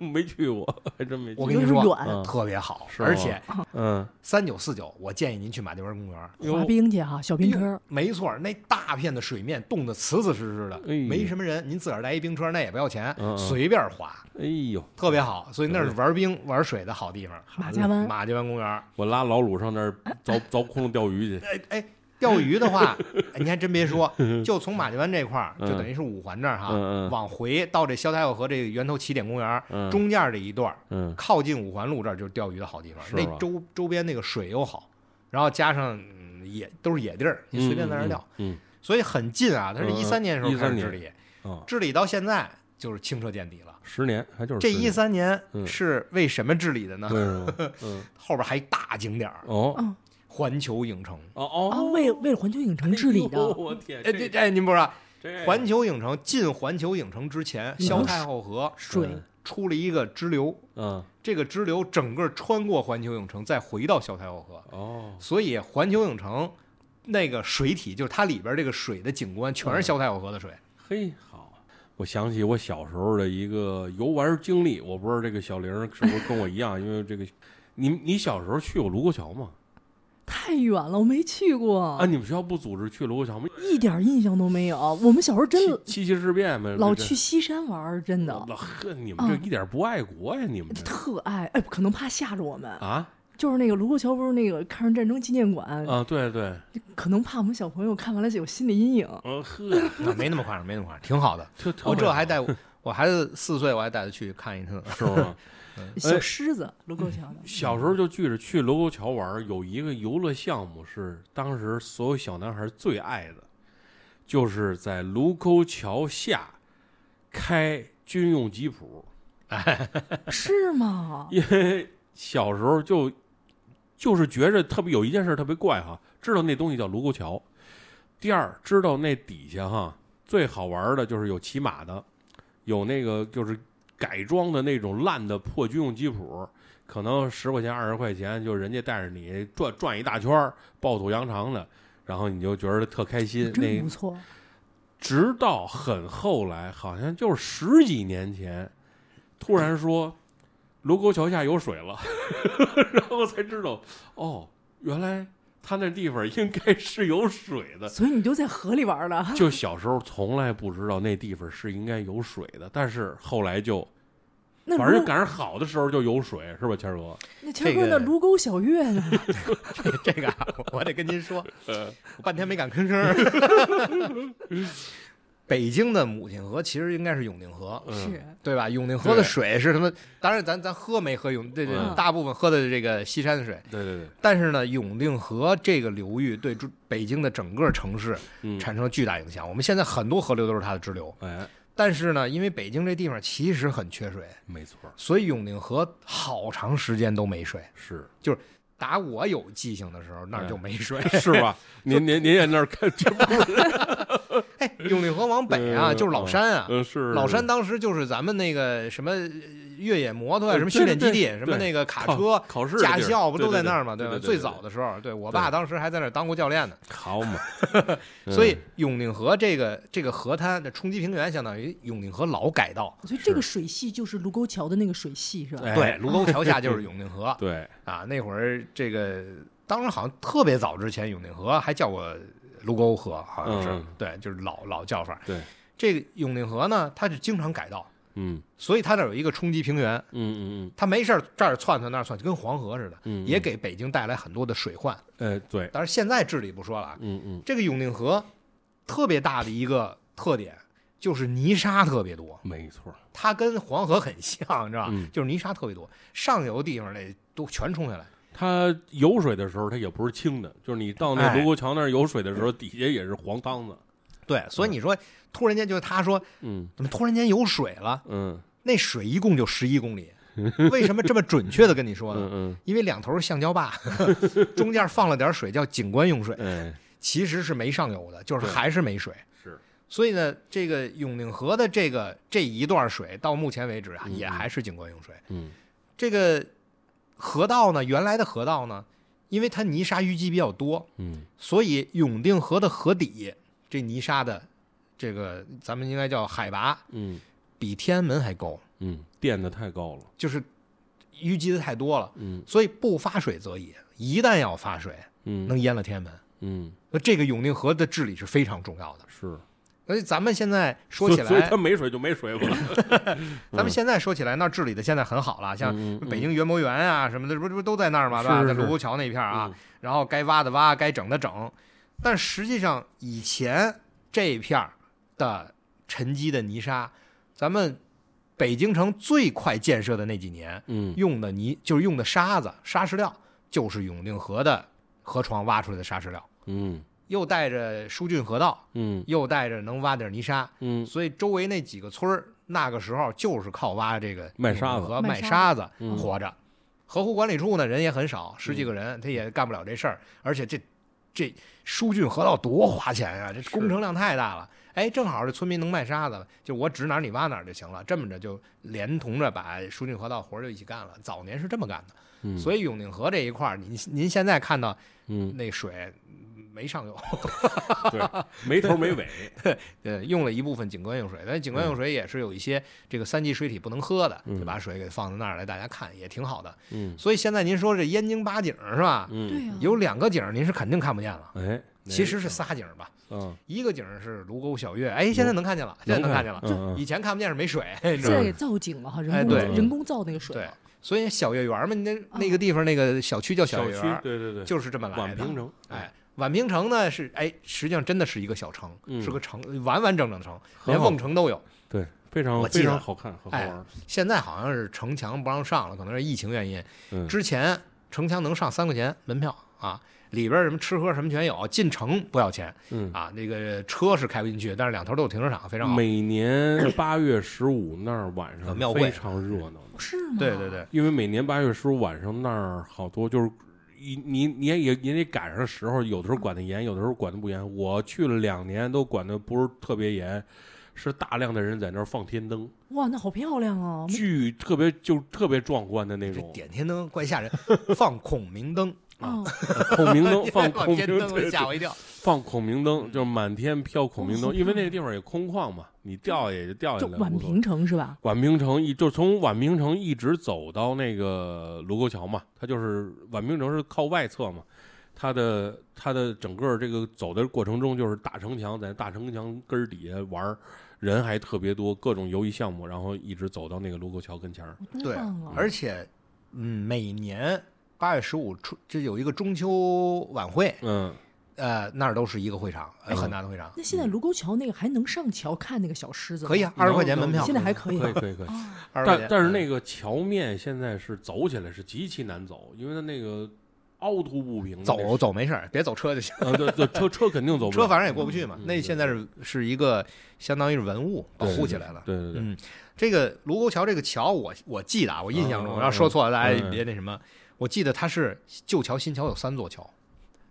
嗯，没去过，还真没去过，我跟你就是说，嗯远，特别好，是吗而且嗯，三九四九，我建议您去马家湾公园，滑冰去哈，哎小冰车，没错，那大片的水面冻得瓷瓷实实的，哎呦没什么人。您自个儿带一冰车，那也不要钱，嗯嗯随便滑，哎呦，特别好。所以那是玩冰玩水的好地方。马家湾马家湾公园，我拉老鲁上那儿凿凿窟窿钓鱼 去，哎哎，钓鱼的话，哎你还真别说，就从马家湾这块儿，就嗯等于是五环这儿哈，嗯嗯往回到这萧台小河这个源头起点公园、嗯中间这一段儿，嗯靠近五环路这儿就是钓鱼的好地方。是吧那周周边那个水又好，然后加上、嗯也都是野地儿，你随便在那儿钓。，嗯所以很近啊，它是嗯嗯一三年的时候开13始年治理，嗯啊，治理到现在就是清澈见底了。十年还就是这啊10一年三年嗯是为什么治理的呢？为什么？嗯后边还一大景点儿哦嗯，环球影城。哦哦啊，，为为了环球影城治理的哎，呦我天，哎，这这哎，您不知道，这环球影城进环球影城之前，嗯萧太后河水出了一个支流，嗯这个支流整个穿过环球影城，再回到萧太后河，哦所以环球影城那个水体就是它里边这个水的景观全是萧太后河的水。嘿好。我想起我小时候的一个游玩经历，我不知道这个小玲儿是不是跟我一样，因为这个，你你小时候去过卢沟桥吗？太远了，我没去过啊，，你们学校不组织去卢沟桥吗？一点印象都没有。我们小时候真七七七事变呗，嗯老这去西山玩儿，真的老呵，你们这嗯一点不爱国呀，你们这特爱。哎，可能怕吓着我们，啊就是那个卢沟桥不是那个抗日战争纪念馆，啊，对对，可能怕我们小朋友看完了有心理阴影。呃呵，啊没那么夸张，没那么夸张，挺好的。特特我这别还带我我孩子四岁，我还带他去看一次。是吗？哎小狮子，卢沟桥的，小时候就记着去卢沟桥玩儿，有一个游乐项目是当时所有小男孩最爱的，就是在卢沟桥下开军用吉普，嗯是吗？因为小时候就就是觉着特别有一件事特别怪哈，知道那东西叫卢沟桥，第二知道那底下哈最好玩的就是有骑马的，有那个就是改装的那种烂的破军用吉普，可能十块钱二十块钱，就人家带着你转转一大圈儿，抱肚扬长的，然后你就觉得特开心。那真不错。直到很后来，好像就是十几年前，突然说卢沟桥下有水了， 然后才知道哦，原来他那地方应该是有水的。所以你就在河里玩儿了，就小时候从来不知道那地方是应该有水的，但是后来就那反正卢赶上好的时候就有水，是吧，谦儿哥？那前哥这个那卢沟小啊月呢？ 这个啊，我得跟您说，呃，我半天没敢吭声儿。北京的母亲河其实应该是永定河，嗯是对吧？永定河的对水是什么？当然咱咱喝没喝永，对对，嗯大部分喝的这个西山水，对对对，但是呢，永定河这个流域对中北京的整个城市嗯，产生了巨大影响。我们现在很多河流都是它的支流，哎，但是呢，因为北京这地方其实很缺水，没错儿，所以永定河好长时间都没水。是打我有记性的时候，那嗯儿就没水。是吧？您您您也那儿看， 这不是 哎，永定河往北啊，嗯就是老山啊。嗯是老山是当时就是咱们那个什么呃越野摩托呃呀，什么训练基地，对对对什么那个卡考车。考试的地驾儿校不对都对在那儿嘛，对吧？对对最对早的时候，对我爸对嗯当时还在那儿当过教练呢。好嘛，所以永定河这个这个河滩的冲积平原，相当于永定河老改道。所以这个水系就是卢沟桥的那个水系是吧？哎对，卢沟桥下就是永定河 对，啊。那会儿这个当时好像特别早之前，永定河还叫过卢沟河，好像是、嗯对，就是老老叫法。对，这个永定河呢，它是经常改道，嗯所以它那儿有一个冲积平原，嗯嗯它没事儿这儿窜窜那儿窜，就跟黄河似的，嗯，也给北京带来很多的水患。呃对，当然现在治理不说了啊，嗯嗯，这个永定河特别大的一个特点就是泥沙特别多。没错儿，它跟黄河很像，你知道吧？嗯就是泥沙特别多，上游地方那都全冲下来。它游水的时候它也不是清的，就是你到那哎卢沟桥那儿游水的时候，底下也是黄汤子，对，所以你说突然间就他说嗯怎么突然间有水了？嗯那水一共就十一 公里，为什么这么准确的跟你说呢？嗯因为两头是橡胶坝， 中间放了点水叫景观用水嗯，，哎其实是没上游的，就是对还是没水。是，所以呢，这个永定河的这个这一段水到目前为止啊，嗯也还是景观用水。嗯这个河道呢，原来的河道呢，因为它泥沙淤积比较多，嗯所以永定河的河底这泥沙的这个咱们应该叫海拔嗯比天安门还高，嗯，垫的太高了，就是淤积的太多了，嗯所以不发水则已，一旦要发水，嗯能淹了天安门。嗯那这个永定河的治理是非常重要的。是，所以咱们现在说所以起所以来它，没水就没水了，咱们现在说起来，那儿治理的现在很好了，像嗯嗯北京园博园啊什么的，这不这不都在那儿吗？是对吧？是在卢沟桥那一片啊，嗯然后该挖的挖，该整的整。但实际上，以前这一片儿的沉积的泥沙，咱们北京城最快建设的那几年嗯用的泥，就是用的沙子、沙石料，就是永定河的河床挖出来的沙石料，嗯又带着疏浚河道，嗯又带着能挖点泥沙，嗯所以周围那几个村儿那个时候就是靠挖这个卖沙子和卖卖沙沙子嗯活着。河湖管理处呢人也很少，十几个人，他也干不了这事儿，而且这这疏浚河道多花钱啊，这工程量太大了。哎，正好这村民能卖沙子，就我指哪儿你挖哪儿就行了。这么着就连同着把疏浚河道活儿就一起干了。早年是这么干的，嗯，所以永定河这一块儿，您您现在看到嗯那水没上游，没头没尾，呃，用了一部分景观用水，但是景观用水也是有一些这个三级水体不能喝的，嗯就把水给放在那儿来大家看，也挺好的。嗯所以现在您说这燕京八景儿是吧？嗯，对啊呀、有两个景儿您是肯定看不见了，哎，其实是仨景儿吧，嗯一个景儿是卢沟小月，哎，现在能看见了，现在能看见了，嗯以前看不见是 没水，你知现道在吗？给造景了哈，哎人工、对人工造那个水 对了，，所以小月园嘛，那那个地方那个小区叫小小月园，对对对，就是这么来宛的平。城，哎，宛平城呢是哎，实际上真的是一个小城，嗯是个城，完完整整的城，很连好瓮城都有。对，非常我记非得常好看，很好哎玩。现在好像是城墙不让上了，可能是疫情原因。嗯之前城墙能上三块钱门票啊，里边什么吃喝什么全有，进城不要钱嗯，啊。那个车是开不进去，但是两头都有停车场，非常好。每年八月十五那儿晚有上啊庙非会常热闹，是吗？对对对，因为每年八月十五晚上那儿好多就是。你你你也也也得赶上时候，有的时候管得严，有的时候管得不严。我去了两年，都管得不是特别严，是大量的人在那儿放天灯，哇，那好漂亮哦！巨特别就特别壮观的那这种，点天灯 怪吓人，放孔明灯，嗯，孔明 灯放放孔天明灯灯，我嗯吓我一跳。放孔明灯，就是满天飘孔明哦灯，因为那个地方也空旷嘛，你掉下也就掉下就来了。宛无所谓平城是吧？宛平城一就从宛平城一直走到那个卢沟桥嘛，它就是宛平城是靠外侧嘛，它的它的整个这个走的过程中就是大城墙，在大城墙根儿底下玩儿，人还特别多，各种游艺项目，然后一直走到那个卢沟桥跟前儿。多对嗯棒啊！而且，嗯，每年八月十五出这有一个中秋晚会，嗯呃，那儿都是一个会场，呃嗯很大的会场，那现在卢沟桥那个还能上桥看那个小狮子吗？可以啊，二十块钱门票，现在还可以可啊以。可以可以。 20块但钱但是那个桥面现在是走起来是极其难走，因为它那个凹凸不平的那走是。走没事儿，别走车就行，呃，对对，车车肯定走不了，车反正也过不去嘛嗯。那现在是是一个相当于是文物保护起来了。对对对，嗯，这个卢沟桥这个桥，我我记得啊，我印象中，嗯我要说错了，大家嗯别那什么。我记得它是旧桥、新桥有三座桥，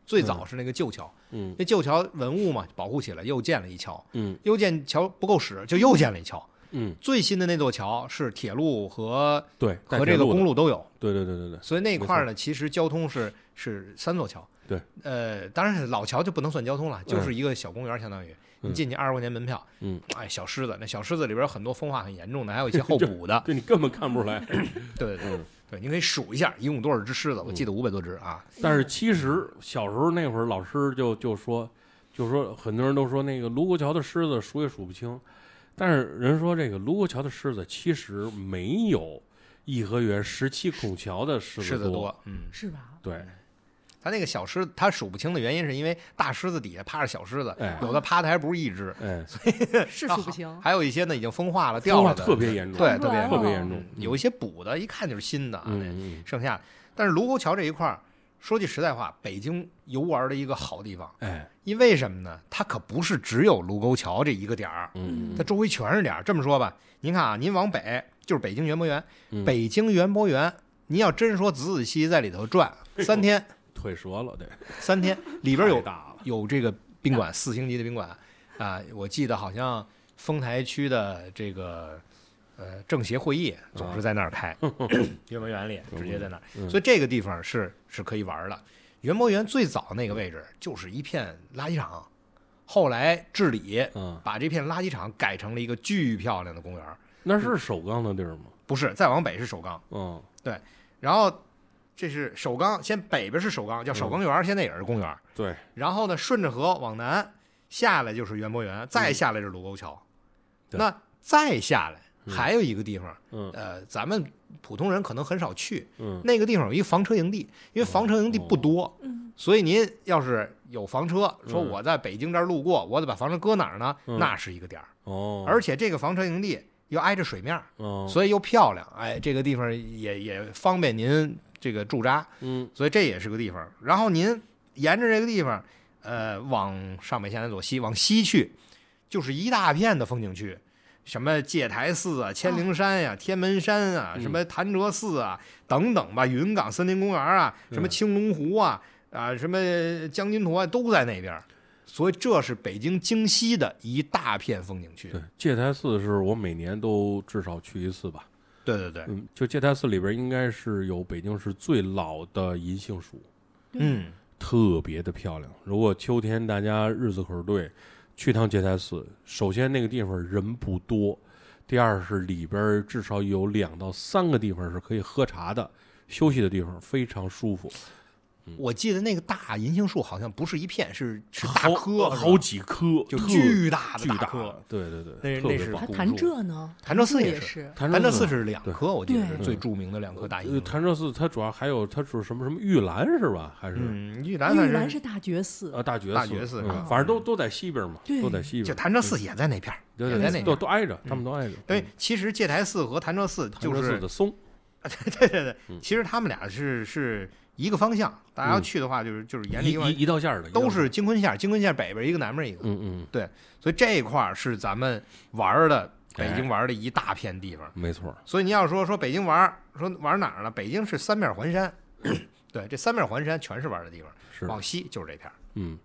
最早是那个旧桥，嗯那旧桥文物嘛，保护起来，又建了一桥，嗯又建桥不够使，就又建了一桥。嗯，最新的那座桥是铁路和对，带和这铁个路的公，路都有，对对对对对，所以那块儿呢，其实交通是是三座桥。对，呃，当然是老桥就不能算交通了，就是一个小公园，相当于你嗯进去二十块钱门票，嗯，，哎，小狮子，那小狮子里边有很多风化很严重的，还有一些后补的 对你根本看不出来。对对对嗯对，您可以数一下，一共有多少只狮子？我记得五百多只啊，但是其实小时候那会儿，老师就就说，就说很多人都说那个卢沟桥的狮子数也数不清，但是人说这个卢沟桥的狮子其实没有颐和园十七孔桥的狮狮子子多，嗯，是吧？对，它那个小狮子，它数不清的原因是因为大狮子底下趴着小狮子哎，有的趴的还不是一只，哎，是啊数不清。还有一些呢已经风化了掉说了话的，特别严重，对看不特别来特别了严重，有一些补的，一看就是新的啊，那嗯嗯，剩下的。但是卢沟桥这一块儿，说句实在话，北京游玩的一个好地方，哎，因为什么呢？它可不是只有卢沟桥这一个点儿，嗯它周围全是点儿。这么说吧，您看啊，您往北就是北京园博园，嗯北京园博园，您要真说仔仔细细在里头哎转三天，腿折了，对，三天里边有太大了，有这个宾馆四星级的宾馆啊、我记得好像丰台区的这个呃政协会议总是在那儿开， 园博园里直接在那儿，嗯所以这个地方是是可以玩的。园博园最早那个位置就是一片垃圾场，后来治理嗯，把这片垃圾场改成了一个巨漂亮的公园儿，那是首钢的地儿吗？不是再往北是首钢，嗯，然后这是首钢，先北边是首钢，叫首钢园儿，现在也是公园儿。对，然后呢，顺着河往南下来就是园博园，再下来是卢沟桥。嗯对那再下来嗯还有一个地方，嗯呃，咱们普通人可能很少去，嗯，哦那个地方有一房车营地，因为房车营地不多，嗯，所以您要是有房车，说嗯我在北京这儿路过，我得把房车搁哪儿呢？嗯那是一个点儿，哦，而且这个房车营地又挨着水面儿，嗯，所以又漂亮，哎，这个地方也也方便您这个驻扎，嗯所以这也是个地方。然后您沿着这个地方，呃，往上北下南左西，往西去，就是一大片的风景区，什么戒台寺啊、千灵山呀、天门山啊、嗯什么潭柘寺啊等等吧，云冈森林公园啊，嗯什么青龙湖啊啊，什么将军沱啊都在那边儿。所以这是北京京西的一大片风景区。对，戒台寺是我每年都至少去一次吧。对对对，嗯，就戒台寺里边应该是有北京市最老的银杏树，嗯，特别的漂亮。如果秋天大家日子可是对，去趟戒台寺，首先那个地方人不多，第二是里边至少有两到三个地方是可以喝茶的、休息的地方，非常舒服。嗯我记得那个大银杏树好像不是一片，是是大好棵，是吧好几棵，就特巨大的巨大棵。，对对对，那特那别是棒还古潭树柘呢？潭柘寺也也是是。潭潭柘柘寺寺是两棵，我记得对是最著名的两棵大呃，银杏。潭柘寺它主要还有它是什么什么玉兰是吧？还是、嗯，玉兰玉兰算是是大觉寺呃啊，大觉寺，大觉寺嗯啊反正都都在西边嘛，对都在西边。就潭柘寺也在那片儿。对也在对那对，边都都挨着，他们都挨着。嗯对，其实戒台寺和潭柘寺潭就柘寺 是的松，对对对，嗯其实他们俩是是一个方向。大家要嗯去的话，就是就是沿着一一个方一一道线儿的，一道都线儿是京昆线，京昆线北边一个，南边一个的。。嗯嗯，所以这一块儿是咱们玩儿的北哎京玩儿的一大片地方。没错儿。所以您要说说北京玩儿，说玩儿哪儿呢？北京是三面环 山，对，这三面环山全是玩儿的地方。是，往西就是这片儿，嗯，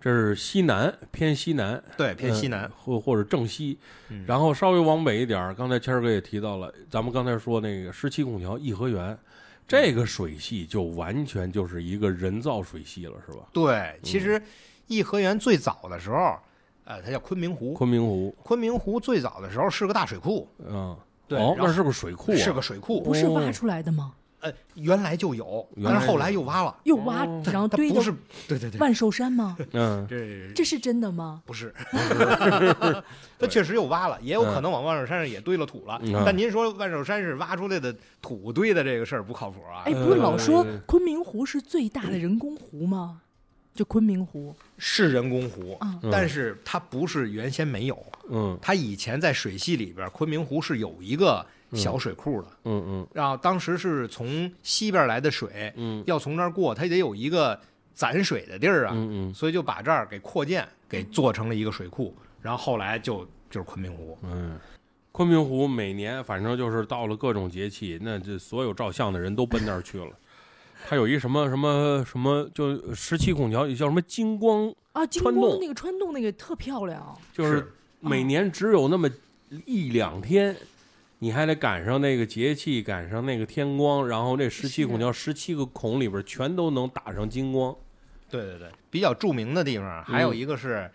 这是西南，偏西南，对，偏西南呃。或或者正西嗯，然后稍微往北一点儿。刚才谦儿哥也提到了，咱们刚才说那个十七孔桥颐和园。这个水系就完全就是一个人造水系了，是吧？对，嗯其实颐和园最早的时候，呃，它叫昆明湖。昆明湖，昆明湖最早的时候是个大水库，嗯，对哦，然后那是个水库啊，是个水库哦，不是挖出来的吗？呃，原来就有，原来但是后有来又挖了。又挖，然后哦它堆不哦的是，对对对，万寿山吗？嗯，这这是真的吗？不是，它确实又挖了，也有可能往万寿山上也堆了土了嗯。但您说万寿山是挖出来的土嗯哎堆的这个事儿不靠谱啊哎，？不是老说呃昆明湖是最大的人工湖吗？就昆明湖，是人工湖嗯，但是它不是原先没有，嗯它以前在水系里边，昆明湖是有一个小水库的。嗯嗯然后当时是从西边来的水，嗯要从那儿过，它得有一个攒水的地儿啊，嗯所以就把这儿给扩建，给做成了一个水库。然后后来就就是昆明湖，嗯，哎，昆明湖每年反正就是到了各种节气，那这所有照相的人都奔那儿去了。它有一什么什么什么，就十七孔桥，叫什么金光，啊，金川宫洞那个川洞那个特漂亮，就是每年只有那么一两天，你还得赶上那个节气，赶上那个天光，然后这十七孔桥十七个孔里边全都能打上金光。对对对，比较著名的地方啊还嗯有一个是，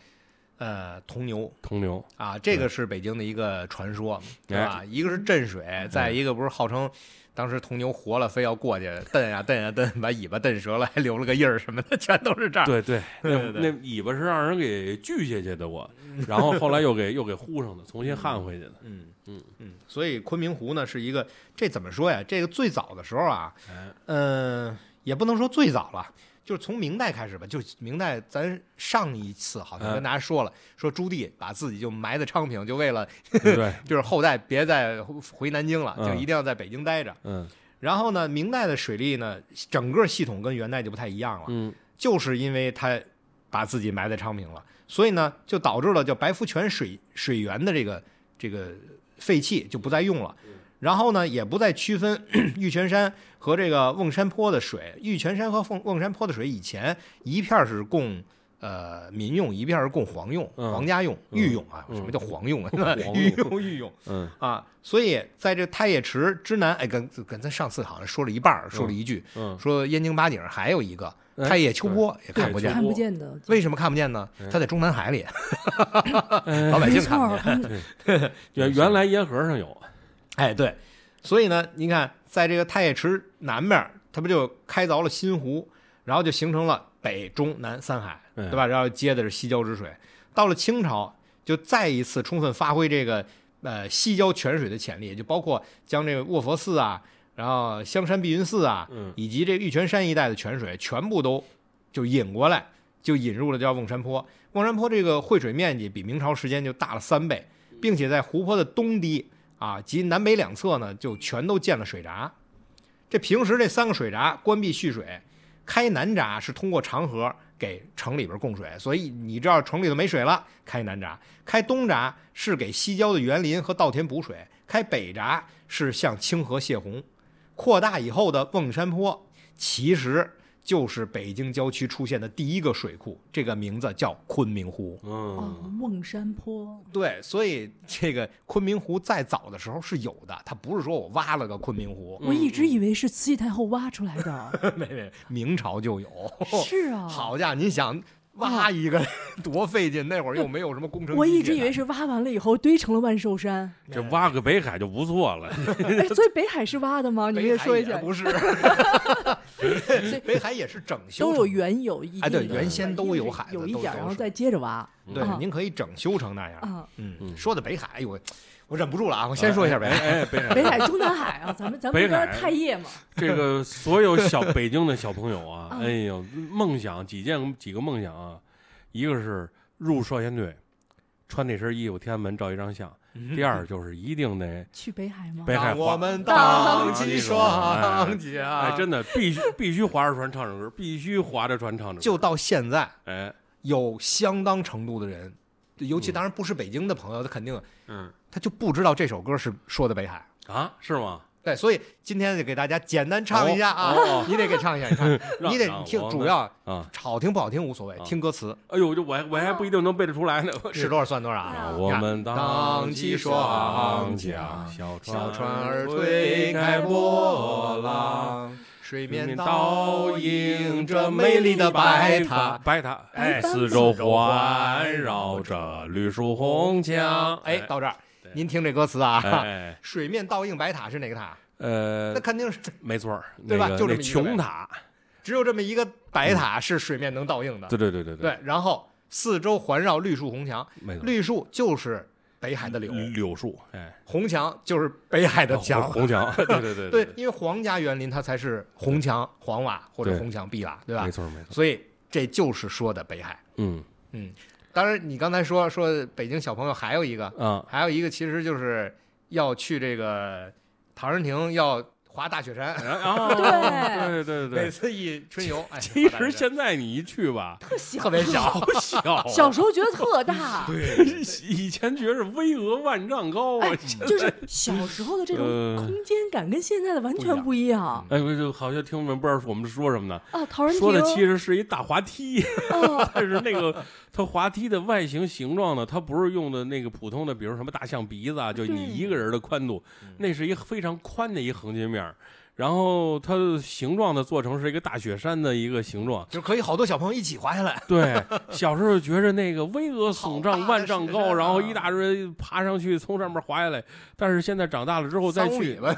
呃，铜牛铜牛，啊，这嗯个是北京的一个传说，对哎吧？一个是镇嗯水，再一个不是号称当时铜牛活了，非要过去蹬呀蹬呀蹬，把尾巴蹬折了，还留了个印儿什么的，全都是这儿。啊对对，那对对那尾巴是让人给锯下去的，我，然后后来又给又给糊上的，重新焊回去的。嗯嗯嗯，所以昆明湖呢是一个，这怎么说呀？这个最早的时候啊，哎嗯、也不能说最早了，就是从明代开始吧。就明代，咱上一次好嗯像跟大家说了，说朱棣把自己就埋在昌平，就为了对对，就是后代别再回南京了，嗯就一定要在北京待着。嗯然后呢，明代的水利呢，整个系统跟元代就不太一样了，嗯就是因为他把自己埋在昌平了，所以呢，就导致了叫白福泉水水源的这个这个废弃就不再用了。嗯然后呢，也不再区分 玉泉山和这个瓮山坡的水。玉泉山和瓮瓮山坡的水以前一片儿是供呃民用，一片儿是供皇用、嗯皇家用、嗯御用啊。嗯什么叫 皇用啊？用御用御用嗯啊！所以在这太液池之南，哎，跟跟咱上次好像说了一半儿，说了一句，嗯，说燕京八景还有一个哎太液秋波也对看不见秋，看不见的，为什么看不见呢嗯？它在中南海里， 老百没姓错看不儿，见。嗯原原来烟盒上有，啊哎，对，所以呢，你看，在这个太液池南面，它不就开凿了新湖，然后就形成了北中南三海，嗯对吧？然后接的是西郊之水。到了清朝，就再一次充分发挥这个呃西郊泉水的潜力，就包括将这个卧佛寺啊，然后香山碧云寺啊，嗯以及这玉泉山一带的泉水，全部都就引过来，就引入了叫瓮山坡。瓮山坡这个汇水面积比明朝时间就大了三倍，并且在湖泊的东堤啊及南北两侧呢，就全都建了水闸。这平时这三个水闸关闭蓄水，开南闸是通过长河给城里边供水，所以你知道城里头没水了，开南闸；开东闸是给西郊的园林和稻田补水；开北闸是向清河泄洪。扩大以后的瓮山坡，其实就是北京郊区出现的第一个水库，这个名字叫昆明湖。哦嗯，瓮山坡，对，所以这个昆明湖再早的时候是有的，它不是说我挖了个昆明湖， 我一直以为是慈禧太后挖出来的，没没，明朝就有。是啊，哦哦好家伙，您想挖一个多费劲，那会儿又没有什么工程机械呢。我一直以为是挖完了以后堆成了万寿 山，这挖个北海就不错了。哎，所以北海是挖的吗？你北也海说一也下， 不是，北海也是整修都成有的原有一哎对定的原先都有海的有一都点儿，都然后是再接着挖，对啊，您可以整修成那样。啊，嗯，嗯说的北海，哎呦，我我忍不住了啊！我先说一下北海，哎，哎北海，北海、中南海啊，咱们咱们北这边海儿太液嘛，这个所有小北京的小朋友啊，嗯哎呦，梦想几件几个梦想啊，一个是入少先队，穿那身衣服，天安门照一张相； 第二就是一定得去北海吗？北海让划我们啊荡荡起起双桨。哎，真的必须必须划着船唱着歌，必须划着船唱着歌。就到现在，哎，有相当程度的人，尤其当然不是北京的朋友，他肯定嗯他就不知道这首歌是说的北海。啊，是吗？对，所以今天就给大家简单唱一下啊，哦你得给唱一下，你看，让你得让听我，们主要啊，好听不好听无所谓，啊听歌词哎呦，这我还我还不一定能背得出来呢。是多少算多少啊啊。我们荡起双桨，小船小船儿推推开开波波浪浪，，水面面倒倒映映着着美美丽丽的的白白塔塔，。白塔，哎四周环绕着绿树红墙。哎，到这儿对您听这歌词啊，哎哎水面倒映白塔是哪个塔？呃那，肯定是没错儿，对吧那个就这么那一个呗琼塔，只有这么一个白塔是水面能倒映的。对对对对，对，然后四周环绕绿树红墙，没错，绿树就是北海的柳，柳树，哎，红墙就是北海的红墙。红墙， 对哦对对对，因为皇家园林它才是红墙黄瓦或者对红墙碧瓦，对吧没？错没错，所以这就是说的北海。嗯当然，你刚才说说北京小朋友还有一个，啊还有一个其实就是要去这个唐人亭要滑大雪山，啊，对对对对每对。次一春游，哎， 其滑大实雪山现在你一去吧，特小，特 别小，小啊小时候觉得特 大，以前觉着巍峨万丈高啊哎，就是小时候的这种呃空间感跟现在的完全不一样哎，我就好像听我们不知道我们说什么呢，嗯啊！陶然说的其亭，实是一哦大滑梯， 啊，但是那个它滑梯的外形形状呢，它不是用的那个普通的，比如什么大象鼻子啊，就对你一个人的宽度，那是一个非常宽的一个横截面儿，然后它的形状呢做成是一个大雪山的一个形状。就可以好多小朋友一起滑下来。 对，小时候觉着那个巍峨耸好丈、大的万丈雪高，山然后啊一大堆爬上去，从上面滑下来。但是现在长大了之后再三五米去， 吧，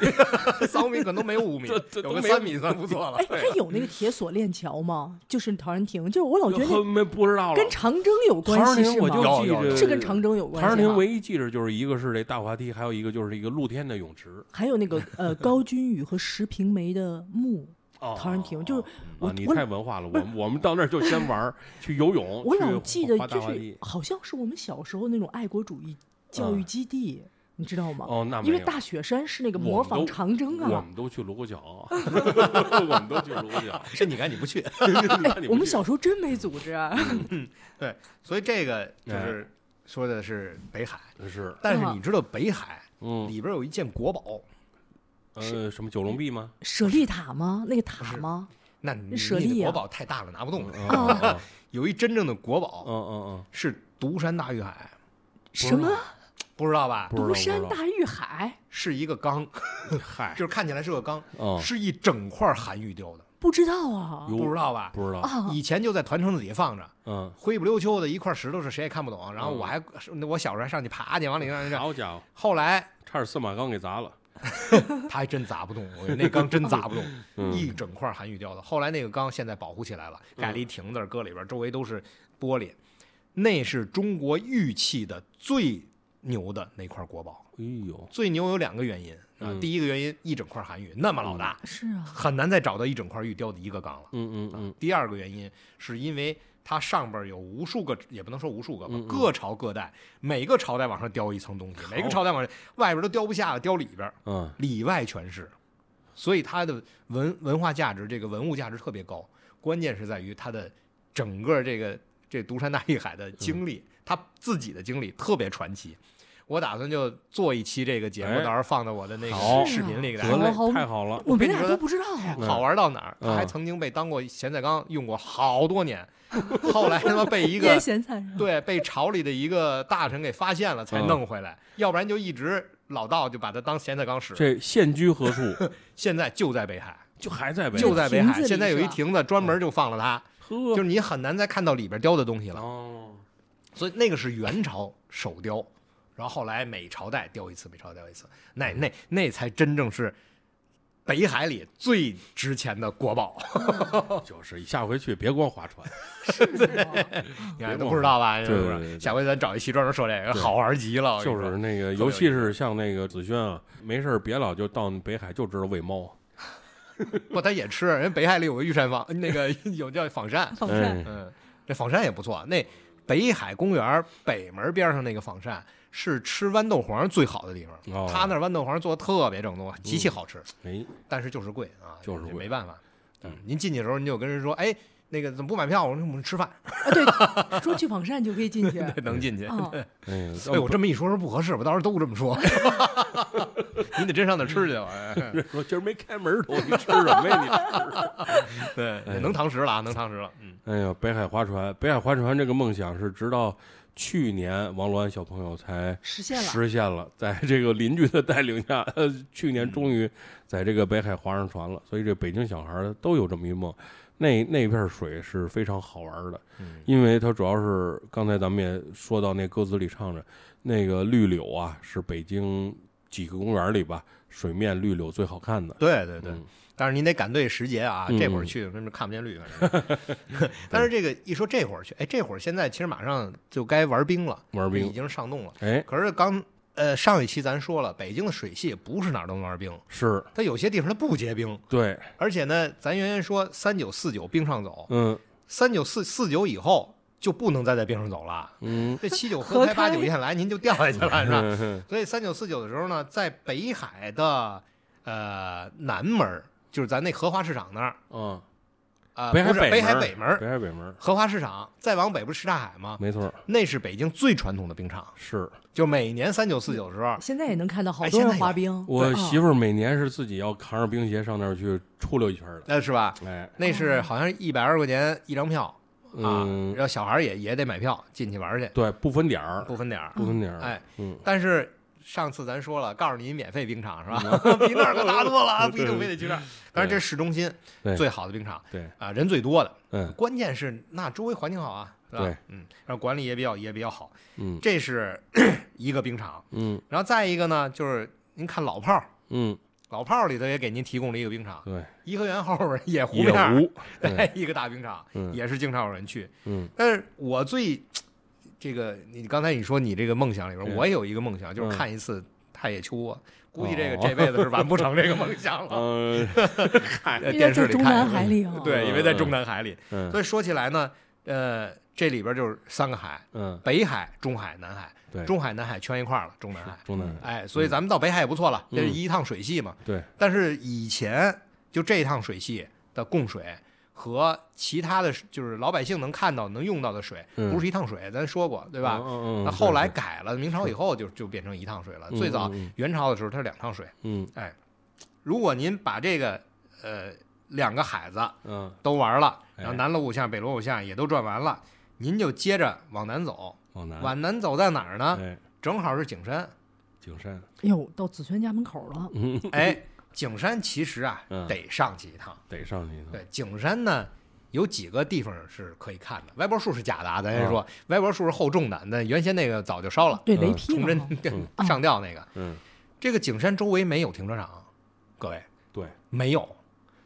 三五米可能都没有五米这这，有都个没有三米算不错了哎，。还有那个铁索链桥吗？就是陶然亭，就是我老觉得呵那没不知道了。跟长征有陶关然系亭是我就吗？记有有着有是跟长征有关陶系吗。然亭唯一记着就是一个是这大滑梯，还有一个就是一个露天的泳池。还有 那个呃高君宇和石平梅的墓，陶然哦亭就是啊我你我太文化了，我们我们到那儿就先玩儿，去游泳，我老去记得滑就大滑是梯。好像是我们小时候那种爱国主义教育基地，你知道吗？哦，那没因为有大雪山是那个我模们仿都长征我啊。们都去罗沟桥， 我们都去罗沟桥。是你赶紧不 去，你看你哎我们不去嗯小时候真没组织啊，所以这个就是说的是北海，是但是你知道北海嗯里边有一件国宝，呃什么九龙壁吗？ 舍利塔吗？那个塔吗？那你舍啊你利的呀国宝太大了，拿不动嗯的。嗯哦嗯 有一真正的国嗯宝嗯是独山大玉海，知什么不知道吧不？知道独不山知道大玉海？是一个缸，嗯， 嗨就，是看起来是个缸，嗯，是一整块韩玉雕的，不知道啊哟不知道哦吧？不知道，啊！以前就在团城子底下放着，嗯，灰不溜秋的一块石头是谁也看不懂。然后我还我小时候还上去爬去，往里让让。好家伙，后来差点司马刚给砸了，他还真砸不动，我那缸真砸不动，嗯一整块韩玉雕的。后来那个缸现在保护起来了，盖了一亭子，搁里边，周围都是玻璃。那是中国玉器的最牛的那块国宝，哎呦，最牛有两个原因啊嗯。第一个原因，一整块韩玉那么老大，是啊，很难再找到一整块玉雕的一个缸了。啊嗯嗯嗯，第二个原因是因为它上边有无数个，也不能说无数个吧，嗯嗯各朝各代，每个朝代往上雕一层东西，每个朝代往上外边都雕不下了，雕里边嗯，里外全是，所以它的文文化价值，这个文物价值特别高。关键是在于它的整个这个这独山大玉海的经嗯历，他自己的经历特别传奇。我打算就做一期这个节目，哎到时候放到我的那好个视频里给大得嘞家看。好，太好了，我们跟你俩说都不知道啊。好玩到哪儿？嗯他还曾经被当过咸菜缸用过好 多年，后来他妈被一腌个咸菜是吧？对被朝里的一个大臣给发现了才嗯弄回来，要不然就一直老道就把它当咸菜缸使。这现居何处？现在就在北海，就还在北， 就在北海亭，子里现在有一是吧亭子专嗯门就放了它，呵就是你很难再看到里边雕的东西了。哦，所以那个是元朝首雕，然后后来每朝代雕一次，每朝代雕一次，那嗯那那才真正是北海里最值钱的国宝。哦就是下回去别光划船，你看都不知道吧？嗯对是不对对对是？下回咱找一期专门说这个，对好玩极了。我跟就你说是那个，特别尤其是像那个子轩啊，没事儿别老就到北海就知道喂猫，不，他也吃。人北海里有个御膳房，那个 有叫仿膳，仿膳哎，嗯，这仿膳也不错。啊那北海公园北门边上那个仿膳是吃豌豆黄最好的地方，哦他那儿豌豆黄做的特别正宗，啊极其好吃，哎，但是就是贵啊，就是也贵没办法。嗯您进去的时候，您就跟人说，哎，那个怎么不买票？我说我们 吃饭， 说去仿膳就可以进去。能进 去。啊，哎呀，哎，我这么一说是不合适吧？到时候都这么说， 您得真上那儿吃去吧。 哎这说今儿没开门 头，你吃什么呀你？ 对，哎能堂食了啊，能堂食了。嗯，哎呀，北海划船，北海划船这个梦想是直到去年王罗安小朋友才实现了。实现了，在这个邻居的带领下，呃，去嗯年终于在这个北海划上船了。所以这北京小孩儿都有这么一梦。那那片水是非常好玩儿的，嗯因为它主要是刚才咱们也说到那歌词里唱着，那个绿柳啊是北京几个公园里吧水面绿柳最好看的。对对对嗯，但是您得赶对时节啊，嗯这会儿去根本看不见绿。反正 但是这个一说这会儿去，哎，这会儿现在其实马上就该玩冰了，玩已冰，经上冻了。哎，可是刚呃上一期咱说了，北京的水系不是哪儿都能玩冰，是它有些地方它不结冰，对，而且呢，咱原先说三九四九冰上走，嗯，三九四四九以后就不能再在边上走了。嗯，这七九合合开开八九一下来，您就掉下去了，是吧？嗯哼所以三九四九的时候呢，在北海的呃南门儿，就是咱那荷花市场那儿嗯，啊，北不海是北北海门儿北门儿啊北海北门儿，荷花市场，再往北不是什刹海吗？没错儿，那是北京最传统的冰场，是就每年三九四九的时嗯候，现在也能看到好哎多现人在有滑冰。嗯我媳妇哦妇儿每年是自己要扛着冰鞋上那儿去出溜一圈儿的，呃，是吧？哎，那是好像一百二十块钱一张票啊，嗯然，后小孩儿也也得买票进去玩儿去，对，不分点儿，不分点儿。不分点儿，哎，嗯，但是上次咱说了，告诉你免费冰场是吧？嗯 比那儿可大多了啊，不一定非得去那儿。但是这是市中心对最好的冰场，对，啊，人最多的，嗯关键是那周围环境好啊，对吧对？嗯，然后管理也比较也比较好，嗯这是 一个冰场。嗯然后再一个呢，就是您看老炮儿，嗯，老炮儿里头也给您提供了一个冰场，对，颐和园后边儿也湖也面儿，无，对，一个大冰场，嗯也是经常有人去。嗯但是我最这个，你刚才你说你这个梦想里边，嗯我也有一个梦想，就是嗯看一次太野秋啊。估计这个哦这辈子是完不成这个梦想 了。 嗯呃因为电视在里中看南海里啊，对，嗯因为在中南海里，嗯所以说起来呢，呃，这里边就是三个海：嗯，北海、中海、南海。对中海、南海圈一块儿了，中南海。中南海，哎，所以咱们到北海也不错了，嗯这是一趟水系嘛。对，但是以前就这一趟水系的供水和其他的，就是老百姓能看到、能用到的水，嗯不是一趟水，咱说过对对吧？嗯嗯，那后来是，改了，明朝以后就就变成一趟水了。嗯最早嗯嗯元朝的时候它是两趟水。嗯如果您把这个呃两个海子嗯，都玩了，哎然后南锣鼓巷、北锣鼓巷也都转完了，您就接着往南走。往南，往南走在哪儿呢？啊哎，正好是景 山。景山，哟，到子轩家门口了。嗯，哎，景山其实啊嗯得上去一趟。得上去一趟，对，景山呢有几个地方是可以看的。歪脖树是假的啊，咱先说，歪脖树是厚重的，那原先那个早就烧了，对，嗯雷劈崇了嘛。祯嗯上吊那个。嗯，这个景山周围没有停车场，各位对，没有，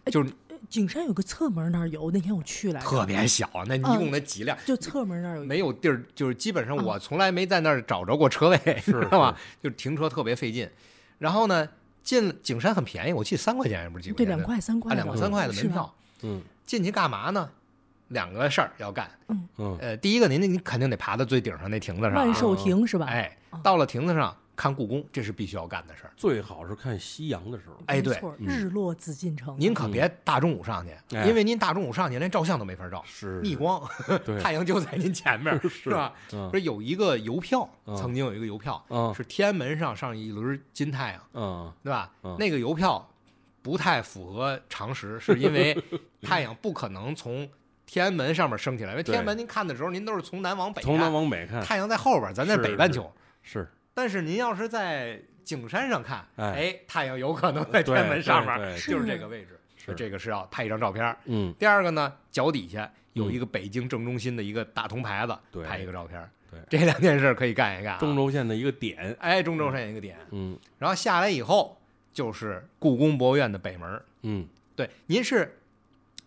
哎就是景山有个侧门那儿有，那天我去来着，特别小，那一共那几辆。就侧门那儿有一个。没有地儿，就是基本上嗯我从来没在那儿找着过车位，知 是道吗？就是停车特别费劲。然后呢，进景山很便宜，我记得三块钱也不是几对，块钱两的，块三块啊，的，两块三块的是门吧票。嗯进去干嘛呢？两个事儿要干。嗯呃，第一个您您肯定得爬到最顶上那亭子上、万啊，寿亭是吧？，哦哎，到了亭子上看故宫，这是必须要干的事儿。最好是看夕阳的时候，哎对，日落紫禁城。您可别大中午上去，哎因为您大中午上去连照相都没法照，是逆，光，对太阳就在您前 面，是吧？嗯不是有一个邮票，嗯曾经有一个邮票嗯是天安门上上一轮金太阳，嗯对吧嗯？那个邮票不太符合常识，是因 为太阳不可能从天安门上面升起来，因为对天安门您看的时候，您都是从南往北看，从南往北看太阳在后边，咱在是北半球。是，但是您要是在景山上看，哎哎，太阳有可能在对天安门上面，对对就是这个位置，是这个是要拍一张照片。嗯第二个呢，脚底下有一个北京正中心的一个大铜牌子，对拍一个照片。对这两件事可以干一干、啊。中轴线的一个点，哎，中轴上有一个点，嗯然后下来以后就是故宫博物院的北门。嗯对，您是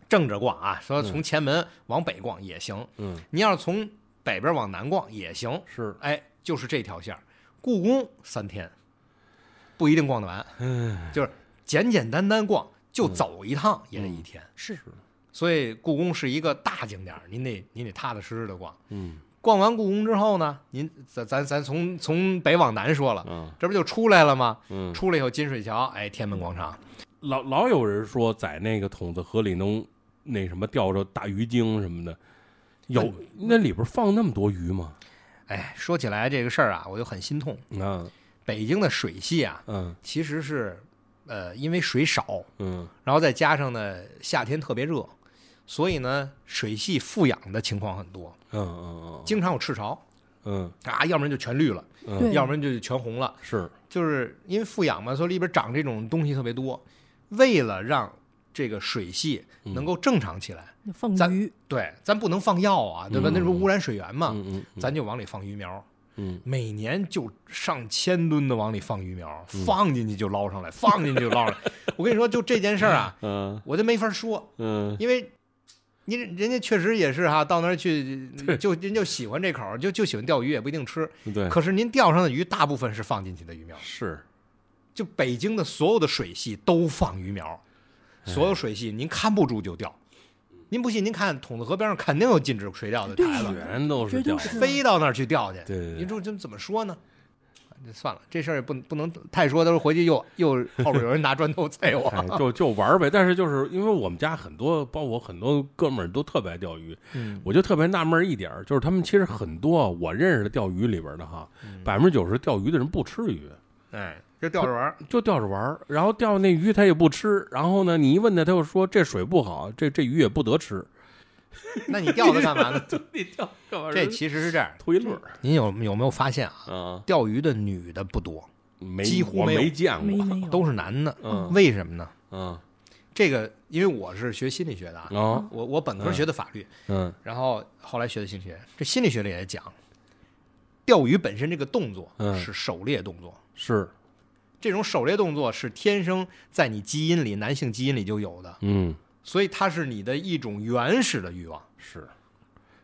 正着逛啊，说从前门往北逛也行，嗯您要是从北边往南逛也行，是，哎，就是这条线儿，故宫三天，不一定逛得完，就是简简单单逛，就走一趟也得一天。是所以故宫是一个大景点儿，您得您得踏踏实实的逛。嗯逛完故宫之后呢，您咱咱咱从从北往南说了，啊这不就出来了吗？嗯，出来以后，金水桥，哎，天安门广场，老老有人说在那个筒子河里能那什么钓着大鱼精什么的，有那里边放那么多鱼吗？哎，说起来这个事儿啊，我就很心痛。啊北京的水系啊，嗯其实是呃，因为水少，嗯然后再加上呢夏天特别热，所以呢水系富氧的情况很多，嗯嗯经常有赤潮嗯啊，要不然就全绿了，嗯，对要不然就全红了，是就是因为富氧嘛，所以里边长这种东西特别多。为了让这个水系嗯能够正常起来，那放咱鱼，对，咱不能放药啊，对吧？嗯那不污染水源嘛，嗯嗯啊咱就往里放鱼苗。嗯每年就上千吨的往里放鱼苗，放进去就捞上来，放进去就捞上来。我跟你说，就这件事儿啊，嗯我就没法说，嗯因为你人家确实也是哈，到那儿去就人就喜欢这口儿，就就喜欢钓鱼，也不一定吃。对可是您钓上的鱼，大部分是放进去的鱼苗。是就北京的所有的水系都放鱼苗，所有水系您看不住就钓，您不信，您看筒子河边上肯定有禁止垂钓的对台子，全都是这掉就的，是飞到那儿去钓去。对对您对，说这怎么说呢？哎这算了，这事儿也不不能太说，到时候回去又又后边有人拿砖头踩我。 哎就就玩儿呗。但是就是因为我们家很多，包括我很多哥们儿都特别爱钓鱼，嗯，我就特别纳闷儿一点儿，就是他们其实很多啊我认识的钓鱼里边儿的哈，嗯百分之九十钓鱼的人不吃鱼，哎，就钓着玩儿。就钓着玩儿，然后钓那鱼他也不吃，然后呢，你一问他，他又说这水不好，这这鱼也不得 吃。 那你钓它干嘛 呢？你钓这玩意这其实是这样，推论您有有没有发现啊？啊，钓鱼的女的不多，没几乎我没有没见没过，没有，都是男的。嗯为什么呢？嗯这个因为我是学心理学的啊，啊我我本科学的法律，嗯然后后来学的心理学。这心理学里也讲，钓鱼本身这个动作嗯是狩猎动作，是这种狩猎动作是天生在你基因里男性基因里就有的，嗯所以它是你的一种原始的欲望。是，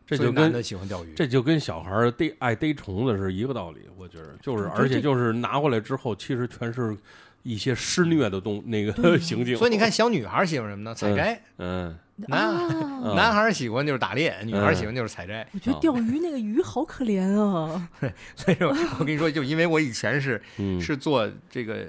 这所以就男跟的喜欢钓鱼，这就跟小孩儿逮爱逮虫子是一个道理，我觉得就是，对而且这就是拿回来之后，其实全是一些施虐的动那个 行径。所以你看，小女孩喜欢什么呢？采摘。嗯， 男啊。嗯男孩喜欢就是打猎，女孩嗯喜欢就是采摘。 我觉得钓鱼那个鱼好可怜啊，所以说我跟你说，就因为我以前是嗯是做这个呃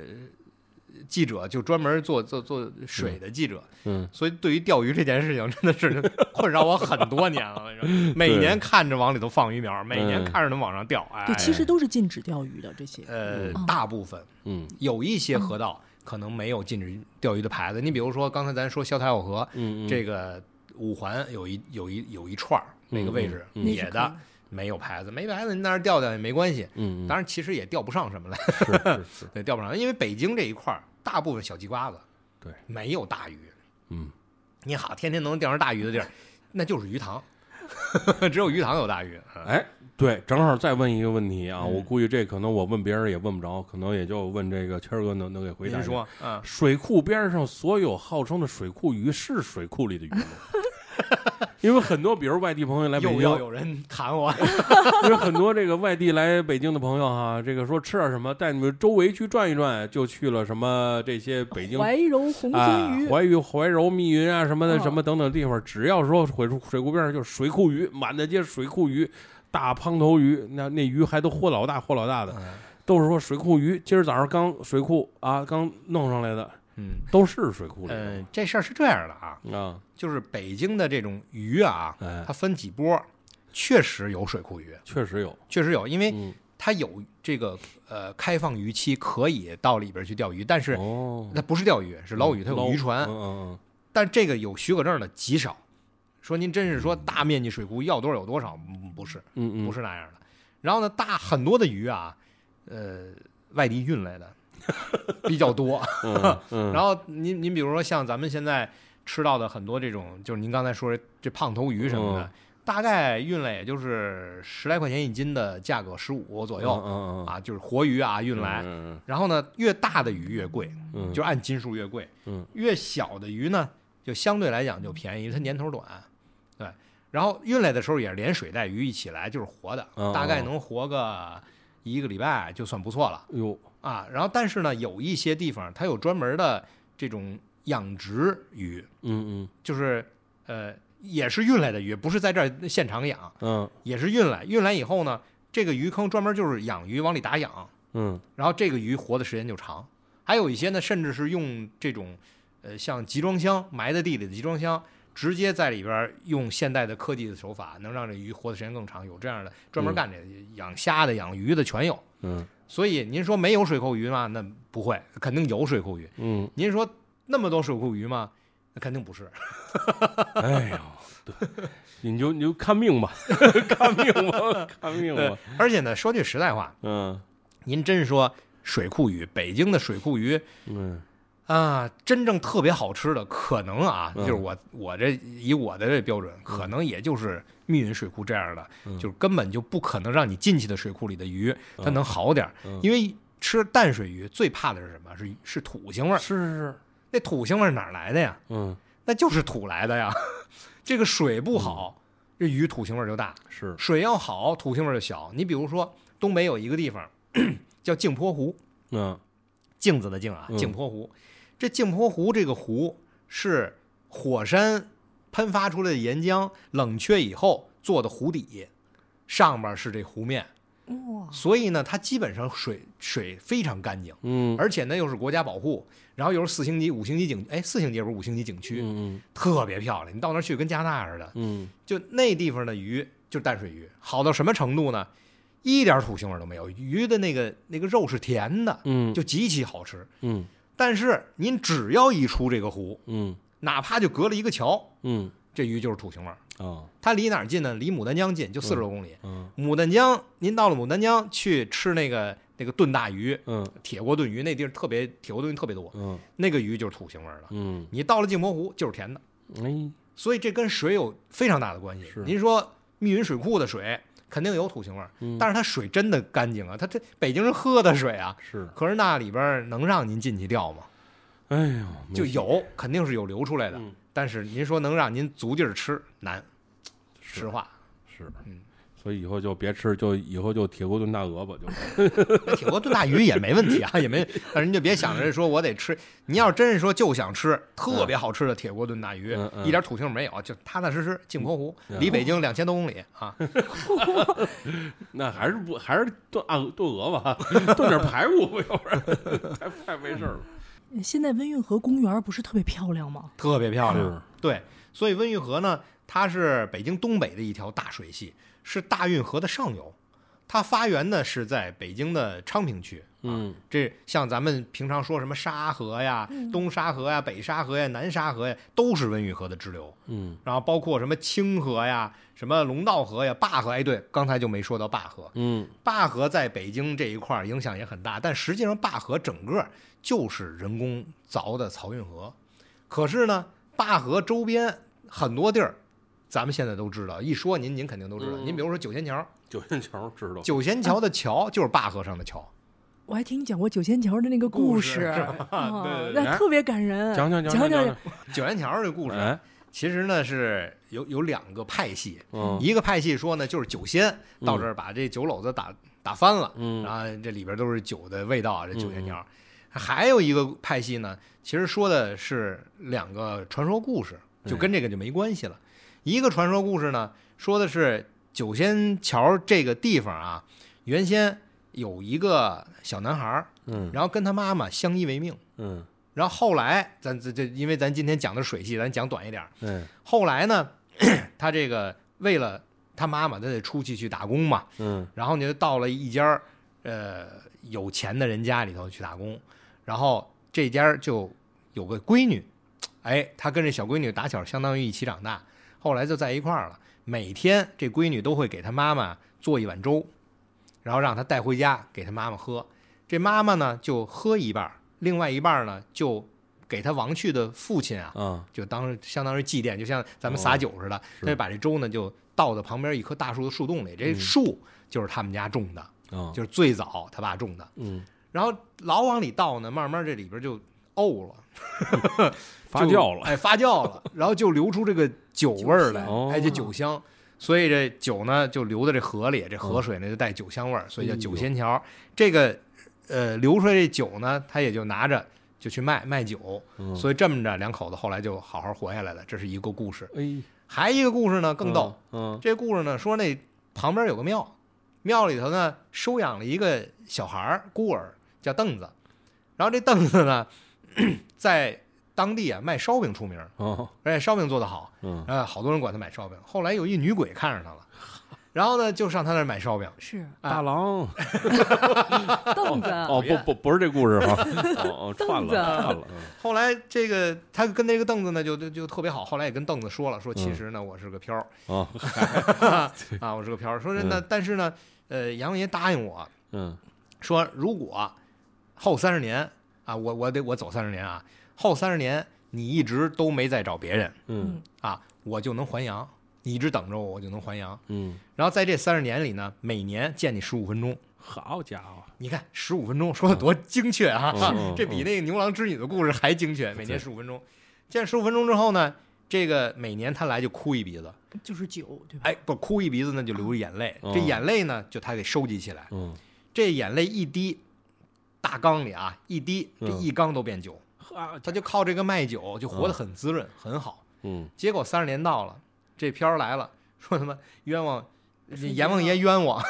记者，就专门做做做水的记者，嗯，所以对于钓鱼这件事情真的是困扰我很多年了。你知道每年看着往里头放鱼苗，每年嗯看着能往上钓，哎对，，其实都是禁止钓鱼的这些。呃嗯，大部分嗯有一些河道可能没有禁止钓鱼的牌子。你比如说刚才咱说萧台小河，嗯，嗯这个五环有一有一有一串儿那个位置嗯那是野可的。没有牌子，没牌子，你在那儿钓钓也没关系。嗯，嗯当然，其实也钓不上什么来，是是是，对，钓不上，因为北京这一块儿大部分小鸡瓜子，对，没有大鱼。嗯你好，天天能钓上大鱼的地儿，那就是鱼塘， 只有鱼塘有大鱼。嗯哎，对，正好再问一个问题啊，嗯我估计这可能我问别人也问不着，可能也就问这个谦儿哥能能给回答。您，说，嗯，水库边上所有号称的水库鱼是水库里的鱼吗？ 因为很多，比如外地朋友来北又京，要有人砍我， 因为很多这个外地来北京的朋友哈，这个说吃点什么，带你们周围去转一转，就去了什么这些北京怀柔红鳟啊鱼，怀玉、怀柔密云啊什么的、哦什么等等地方，只要说水库水库边上就是水库鱼，满大街水库鱼、大胖头鱼，那那鱼还都货老大货老大嗯的，都是说水库鱼。今儿早上刚水库啊刚弄上来的，嗯，都是水库里的嗯，这事儿是这样的啊，啊，就是北京的这种鱼啊，哎它，分几波，确实有水库鱼，确实有，确实有，因为嗯，它有这个呃开放渔期，可以到里边去钓鱼，但是哦，它不是钓鱼，是捞鱼，它有渔嗯船，嗯但这个有许可证的极少。说您真是说大面积水库要多少有多少，嗯不是，嗯嗯，不是那样的。然后呢，大很多的鱼啊，呃，外地运来的比较多。 嗯，嗯，然后您您比如说像咱们现在吃到的很多这种，就是您刚才说这这胖头鱼什么的，嗯大概运来也就是十来块钱一斤的价格，十五左右、嗯嗯嗯，啊，就是活鱼啊运来。嗯然后呢，越大的鱼越贵，嗯，就按斤数越贵。嗯，越小的鱼呢，就相对来讲就便宜，因为它年头短。对，然后运来的时候也是连水带鱼一起来，就是活的，嗯大概能活个一个礼拜就算不错了哟，啊。然后但是呢，有一些地方它有专门的这种养殖鱼，嗯嗯就是呃也是运来的鱼，不是在这儿现场养，嗯也是运来。运来以后呢，这个鱼坑专门就是养鱼，往里打养。嗯然后这个鱼活的时间就长。还有一些呢，甚至是用这种，呃，像集装箱埋在地里的集装箱，直接在里边儿用现代的科技的手法，能让这鱼活的时间更长。有这样的专门嗯干这个、养虾的、养鱼的全有。嗯所以您说没有水库鱼吗？那不会，肯定有水库鱼。嗯，您说那么多水库鱼吗？那肯定不是。哎呀，对，你就你就看命 吧，看命吧，看命吧。而且呢，说句实在话，嗯您真说水库鱼，北京的水库鱼，嗯啊，真正特别好吃的，可能啊，嗯就是我我这以我的这标准，可能也就是密云水库这样的，嗯就是根本就不可能让你进去的水库里的鱼它能好点儿，嗯因为吃淡水鱼最怕的是什么？是是土腥味儿。是是是，那土腥味儿哪儿来的呀？嗯那就是土来的呀。 这个水不嗯好，这鱼土腥味儿就大；是，水要好，土腥味儿就小。你比如说东北有一个地方 叫镜泊湖，嗯镜子的镜啊，嗯镜泊湖。这镜泊湖这个湖是火山喷发出来的岩浆冷却以后做的湖底，上边是这湖面，哇，所以呢，它基本上水水非常干净，嗯，而且呢又是国家保护，然后又是四星级、五星级景，哎，四星级不是五星级景区，嗯特别漂亮。你到那儿去跟加拿大似的，嗯就那地方的鱼就是淡水鱼，好到什么程度呢？一点土腥味儿都没有，鱼的那个那个肉是甜的，嗯，就极其好吃。嗯但是您只要一出这个湖，嗯哪怕就隔了一个桥，嗯这鱼就是土腥味儿。啊它离哪儿近呢？离牡丹江近，就四十多公里。嗯牡丹江，您到了牡丹江去吃那个那个炖大鱼，嗯铁锅炖鱼，那地儿特别铁锅炖鱼特别多，嗯那个鱼就是土腥味儿的。嗯，你到了镜泊湖就是甜的，哎，所以这跟水有非常大的关系是。您说密云水库的水肯定有土腥味儿，嗯但是它水真的干净啊，它这北京人喝的水啊。是，可是那里边儿能让您进去钓吗？哎呦，没就戏有，肯定是有流出来的。嗯但是您说能让您足劲儿吃难，是实话， 是嗯，所以以后就别吃，就以后就铁锅炖大鹅吧，就 那铁锅炖大鱼也没问题啊，也没，但是您就别想着说我得吃。您要真是说就想吃特别好吃的铁锅炖大鱼，嗯嗯嗯一点土腥味没有，就踏踏实实镜泊湖，嗯离北京两千多公里 啊。那还是不还是炖啊炖鹅吧，炖点排骨吧，要不然 太太没事儿了。现在温运河公园不是特别漂亮吗？特别漂亮。对，所以温榆河呢，它是北京东北的一条大水系，是大运河的上游。它发源呢是在北京的昌平区，嗯这像咱们平常说什么沙河呀、东沙河呀、北沙河呀、南沙河呀，都是温榆河的支流。嗯然后包括什么清河呀、什么龙道河呀、灞河，哎，对，刚才就没说到灞河。嗯灞河在北京这一块儿影响也很大，但实际上灞河整个就是人工凿的漕运河。可是呢，灞河周边很多地儿，咱们现在都知道，一说您您肯定都知道。嗯您比如说九仙桥，九仙桥知道，九仙桥的桥就是灞河上的桥。我还听你讲过九仙桥的那个故事，事 啊对对对那特别感人。讲讲讲讲讲，九仙桥这故事哎，其实呢是有有两个派系，嗯一个派系说呢就是酒仙到这儿把这酒篓子打打翻了，然嗯后这里边都是酒的味道啊，这九仙桥。还有一个派系呢，其实说的是两个传说故事，就哎跟这个就没关系了。一个传说故事呢，说的是九仙桥这个地方啊，原先有一个小男孩儿，嗯然后跟他妈妈相依为命，嗯然后后来咱这这，因为咱今天讲的水系，咱讲短一点儿。哎后来呢， 他这个为了他妈妈，他得出去去打工嘛，嗯然后呢就到了一家儿呃有钱的人家里头去打工，然后这家儿就有个闺女，哎，他跟这小闺女打小相当于一起长大，后来就在一块儿了。每天这闺女都会给她妈妈做一碗粥，然后让她带回家给她妈妈喝。这妈妈呢就喝一半儿，另外一半儿呢就给她亡去的父亲啊啊就当是相当于祭奠，就像咱们撒酒似的。哦是嗯他就把这粥呢就倒到旁边一棵大树的树洞里，这树就是他们家种的，啊就是最早他爸种的。嗯然后老往里倒呢，慢慢这里边就 沤了，发就酵了，哎，发 酵了，然后就流出这个酒味儿来酒香，哎，这酒香。所以这酒呢就流到这河里，这哦河水呢就带酒香味儿，哎所以叫酒仙桥。这个呃流出来这酒呢，他也就拿着就去卖卖酒，嗯所以这么着两口子后来就好好活下来了。这是一个故事。哎还一个故事呢更逗，，嗯这故事呢说那旁边有个庙，庙里头呢收养了一个小孩儿孤儿，叫凳子。然后这凳子呢， 在当地啊卖烧饼出名，哦而且烧饼做得好，嗯呃，好多人管他买烧饼。后来有一女鬼看上他了，然后呢就上他那儿买烧饼。是大郎凳子，哦不不不是这故事 哈，哦哦串了串了，后来这个他跟那个凳子呢就就就特别好，后来也跟凳子说了，说其嗯实呢我是个飘儿，哦啊我是个飘儿。说真的，但是呢，呃，杨爷答应我， 嗯说如果后三十年啊，我我得我走三十年啊，后三十年你一直都没再找别人嗯啊，我就能还阳，你一直等着我，我就能还阳。嗯，然后在这三十年里呢，每年见你十五分钟。好家伙，你看十五分钟说的多精确啊！嗯嗯 这比那个牛郎织女的故事还精确，每年十五分钟。见十五分钟之后呢，这个每年他来就哭一鼻子，哦就是酒，对吧？哎，不哭一鼻子呢就流眼泪，哦这眼泪呢就他给收集起来，嗯这眼泪一滴，大缸里啊一滴，这嗯一缸都变酒，好他就靠这个卖酒就活得很滋润，很好。嗯结果三十年到了，这飘儿来了，说他妈冤枉水阎王晶爷冤枉，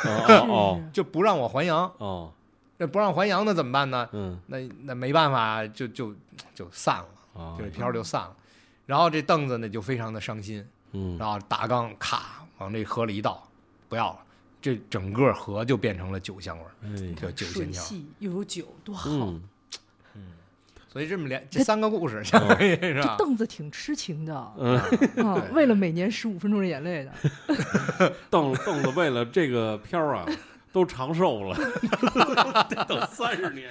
哦是就不让我还阳。哦哦，那不让还阳，那怎么办呢？ 嗯那那没办法，就就就散了，啊就这飘儿就散了。然后这凳子呢就非常的伤心，嗯然后大缸咔往这河里一倒，不要了，这整个河就变成了酒香味儿，哎叫酒仙水桥。系又有酒，多好！嗯所以这么连这三个故事，相当哦于是吧这？凳子挺痴情的啊，嗯，为了每年十五分钟的眼泪的，凳凳子为了这个飘啊，都长寿了， 得等三十年。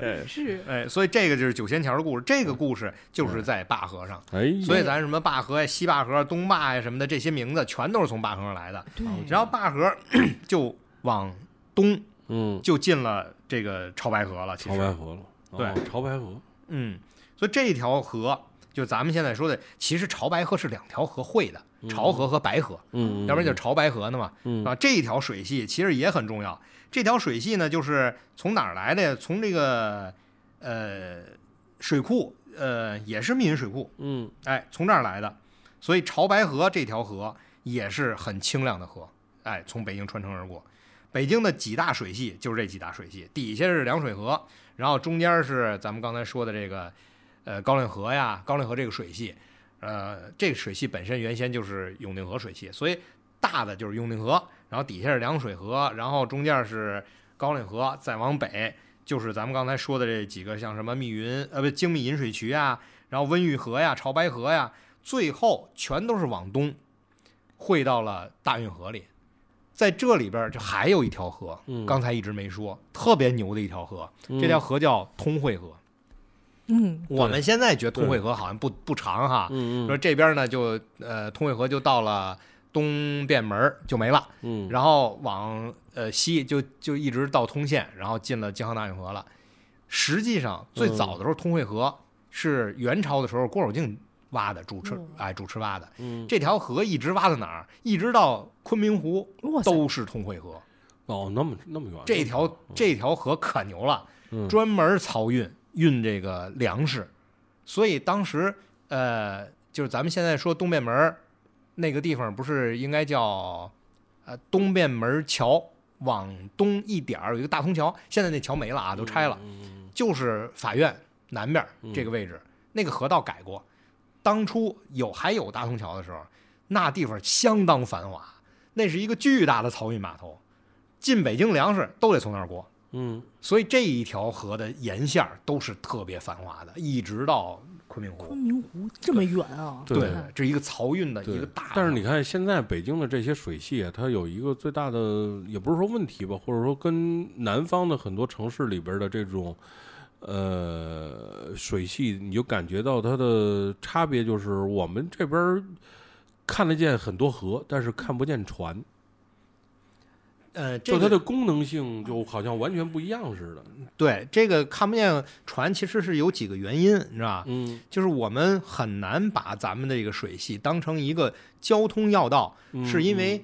哎是哎，所以这个就是九仙桥的故事，这个故事就是在灞河上。哎，所以咱什么灞河呀、西灞河、东灞呀什么的，这些名字全都是从灞河上来的。对，然后灞河 就往东嗯，就进了这个潮白河了，其潮白实，河了，哦对，潮白河，嗯，所以这条河就咱们现在说的，其实潮白河是两条河汇的，潮河和白河，嗯，要不然就是潮白河呢嘛，嗯啊，这一条水系其实也很重要。这条水系呢，就是从哪儿来的呀？从这个呃水库，呃，也是密云水库，嗯哎，从这儿来的。所以潮白河这条河也是很清亮的河，哎，从北京穿城而过。北京的几大水系就是这几大水系，底下是凉水河，然后中间是咱们刚才说的这个，呃，高令河呀，高令河这个水系，呃，这个水系本身原先就是永定河水系，所以大的就是永定河，然后底下是凉水河，然后中间是高令河，再往北就是咱们刚才说的这几个，像什么密云呃不京密引水渠啊，然后温榆河呀、潮白河呀，最后全都是往东汇到了大运河里。在这里边儿就还有一条河，嗯刚才一直没说，特别牛的一条河，嗯这条河叫通惠河。嗯，我们现在觉得通惠河好像不不长哈，嗯说嗯这边呢就呃通惠河就到了东便门儿就没了，嗯，然后往呃西就就一直到通县，然后进了京杭大运河了。实际上最早的时候，通惠河是元朝的时候郭守敬挖的，主持嗯哎主持挖的。嗯这条河一直挖到哪儿？一直到昆明湖哇塞，都是通惠河。哦，那么那么远，这条这条河可牛了，嗯专门漕运运这个粮食，所以当时呃，就是咱们现在说东便门儿那个地方，不是应该叫呃东便门桥往东一点儿有一个大通桥，现在那桥没了啊，都拆了，嗯就是法院南边儿嗯这个位置，那个河道改过，当初有还有大通桥的时候，那地方相当繁华，那是一个巨大的漕运码头。进北京粮食都得从那儿过，嗯，所以这一条河的沿线儿都是特别繁华的，一直到昆明昆湖。明湖这么远啊，对你看这是一个漕运的一个大。但是你看现在北京的这些水系啊，它有一个最大的，也不是说问题吧，或者说跟南方的很多城市里边的这种，呃，水系，你就感觉到它的差别，就是我们这边看得见很多河，但是看不见船，呃，嗯这就个它的功能性就好像完全不一样似的。对这个看不见船，其实是有几个原因，你知道吧？嗯，就是我们很难把咱们的这个水系当成一个交通要道，嗯是因为，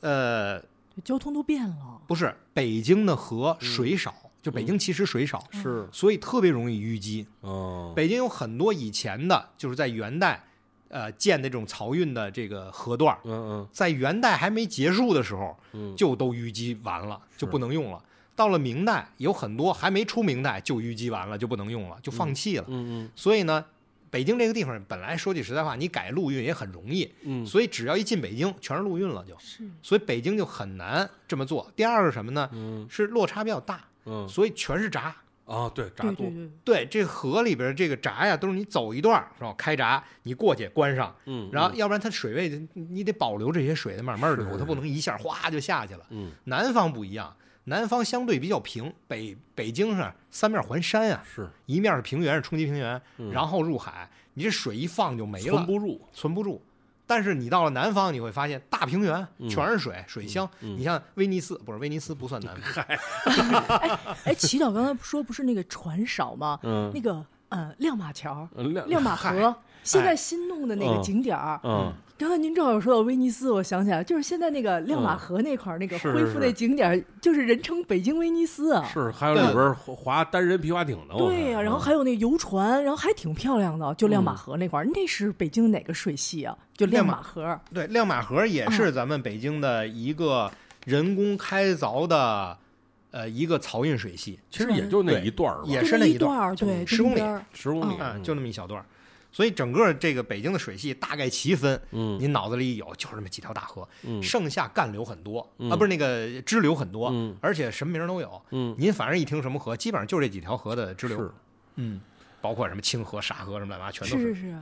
呃，这交通都变了，不是北京的河水少，就北京其实水少，嗯是所以特别容易淤积。哦，北京有很多以前的，就是在元代，呃，建的这种漕运的这个河段儿，嗯在元代还没结束的时候，嗯就都淤积完了，是就不能用了。到了明代，有很多还没出明代就淤积完了，就不能用了，就放弃了。嗯嗯所以呢，北京这个地方本来说句实在话，你改陆运也很容易，嗯，所以只要一进北京，全是陆运了就。是所以北京就很难这么做。第二个是什么呢？嗯是落差比较大，嗯所以全是闸。啊，对，炸对多对，对，对，这河里边这个闸呀，都是你走一段儿是吧？开闸，你过去关上，嗯，然后要不然它水位你你得保留这些水，慢慢流，是它不能一下哗就下去了。嗯南方不一样，南方相对比较平，北北京是三面环山啊，嗯是一面是平原，是冲积平原，嗯然后入海，你这水一放就没了存，不住，存不住。但是你到了南方，你会发现大平原嗯全是水，水乡。你像威尼斯，不是威尼 斯不算南方，哎，祈祷刚才说不是那个船少吗？嗯那个呃亮马桥、呃亮 亮马河，现在新弄的那个嗯景点儿。嗯，刚才您正好说到威尼斯，我想起来，就是现在那个亮马河那块儿、那个是恢是复是那景点儿，就是人称北京威尼斯啊。哦是还有里边滑滑单人皮划艇的，我看对呀、然后嗯还有那游船，然后还挺漂亮的，就亮马嗯河那块儿，那是北京哪个水系啊？就亮亮马马河。对，亮马河也是咱们北京的一个人工开凿的，呃，一个漕运水系，其实也就那对一段儿吧，也就是那那一段段儿儿，对，十中公里间儿十公里啊，嗯就那么一小段儿。所以整个这个北京的水系大概齐分，嗯您脑子里有就是那么几条大河，嗯剩下干流很多嗯啊，不是那个支流很多，嗯而且什么名儿都有。嗯，您反正一听什么河，基本上就这几条河的支流是，，嗯，包括什么清河、沙河什么乱七八糟，全都是是是是，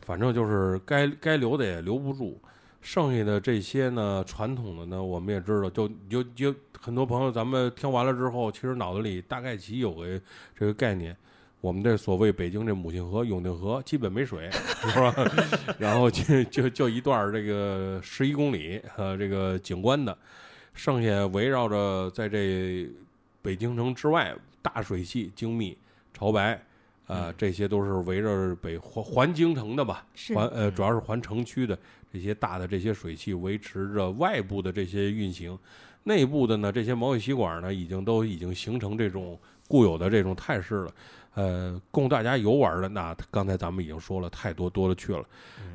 反正就是该该留的也留不住，剩下的这些呢，传统的呢，我们也知道，就就就很多朋友，咱们听完了之后，其实脑子里大概其有个这个概念。我们这所谓北京这母亲河永定河基本没水， 是吧？然后就就就一段儿这个十一公里，呃，这个景观的，剩下围绕着在这北京城之外大水系、精密、潮白，呃，这些都是围着北环环京城的吧，是环呃主要是环城区的这些大的这些水系维持着外部的这些运行，内部的呢这些毛细血管呢已经都已经形成这种固有的这种态势了。呃，供大家游玩的，那刚才咱们已经说了太多多了去了，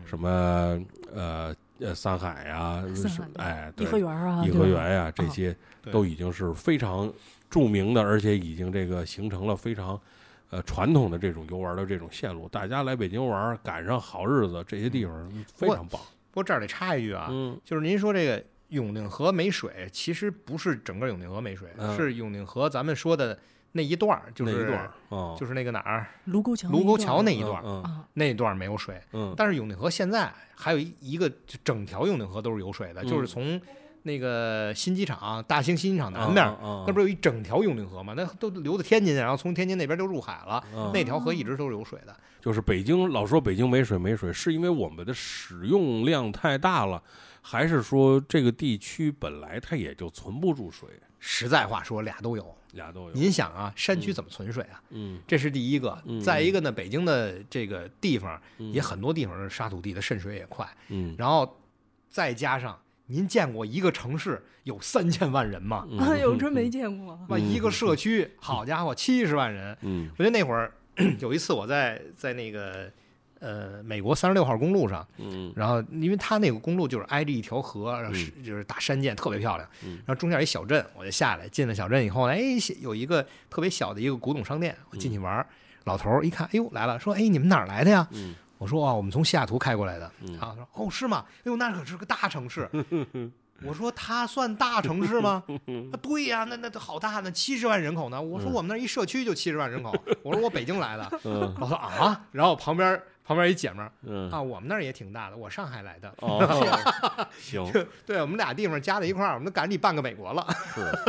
什么呃呃三海呀、嗯三是海哎，颐对。和园儿啊，颐对和吧园呀、这些对都已经是非常著名的，而且已经这个形成了非常呃传统的这种游玩的这种线路。大家来北京玩儿，赶上好日子，这些嗯地方非常棒。不过这儿得插一句啊，嗯就是您说这个永定河没水，其实不是整个永定河没水，嗯是永定河咱们说的那一段儿，就那是一段儿啊，就是那个哪儿卢沟桥卢沟桥那那一一段儿，嗯段儿啊，那一段儿没有水。嗯但是永定河现在还有一一个就整条永定河都是有水的，嗯就是从那个新机场、大兴新机场嗯，南边儿，啊那不是有一整条永定河吗？那都流到天津，然后从天津那边就入海了。嗯那条河一直都是有水的，就是北京老说北京没水没水，是因为我们的使用量太大了，还是说这个地区本来它也就存不住水？实在话说，俩都有。俩都有，您想啊，山区怎么存水啊？嗯这是第一个嗯。再一个呢，北京的这个地方嗯也很多地方是沙土地的，渗水也快。 嗯然后再加上您见过一个城市有三千万人吗？嗯 哎呦，真没见过。哇，一个社区，好家伙，七十万人！嗯我觉得那会儿 有一次我在在那个呃美国三十六号公路上，嗯然后因为它那个公路就是挨着一条河，然后是就是大山涧，特别漂亮。嗯然后中间有一小镇，我就下来，进了小镇以后呢，哎，有一个特别小的一个古董商店，我进去玩儿。老头儿一看，哎呦来了，说哎你们哪儿来的呀？嗯我说啊，我们从西雅图开过来的。嗯啊，说哦是吗？哎呦，那可是个大 城市。我说他算大城市吗？啊对呀、那那那好大呢，七十万人口呢。我说我们那儿一社区就七十万人 口。我说我北京来的。嗯老头啊，然后旁边旁边一姐们儿 嗯啊，我们那儿也挺大的，我上海来的。哦，行， 对我们俩地方加在一块儿，我们都赶你半个美国了。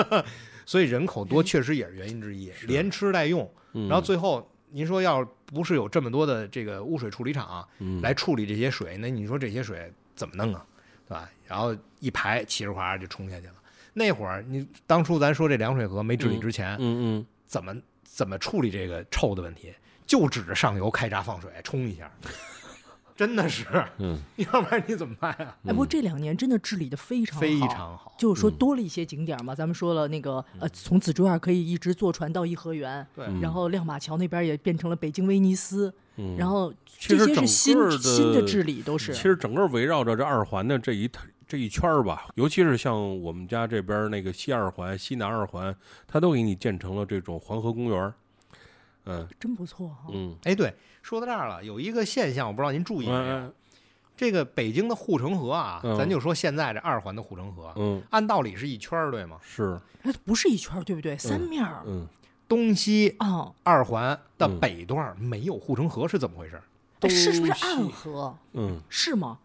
是， 所以人口多确实也是原因之一，连吃带用。嗯然后最后您说要不是有这么多的这个污水处理厂嗯来处理这些水，那你说这些水怎么弄啊？对吧？然后一排齐着哗就冲下去了。那会儿你当初咱说这凉水河没治理之前，嗯怎么怎么处理这个臭的问题？就指着上游开闸放水冲一下，真的是，嗯 要不然你怎么办啊？哎，不过这两年真的治理的非常非好常好，就嗯是说多了一些景点儿嘛，咱们说了那个呃，从紫竹院可以一直坐船到颐和园，对嗯然后亮马桥那边也变成了北京威尼斯，嗯，然后其这实些整是新个的新的治理都其是，实整个围绕着这二环的这一这一圈儿吧，尤其是像我们家这边儿那个西二环、西南二环，它都给你建成了这种黄河公园儿。嗯真不错哈。嗯，哎，对，说到这儿了，有一个现象，我不知道您注意没有？嗯这个北京的护城河啊，嗯咱就说现在这二环的护城河，嗯按道理是一圈儿，对吗？是它不是一圈儿，对不对？三面儿嗯东西啊，二环的嗯北段儿没有护城河是怎么回事？哎是是不是东西暗河？嗯是吗？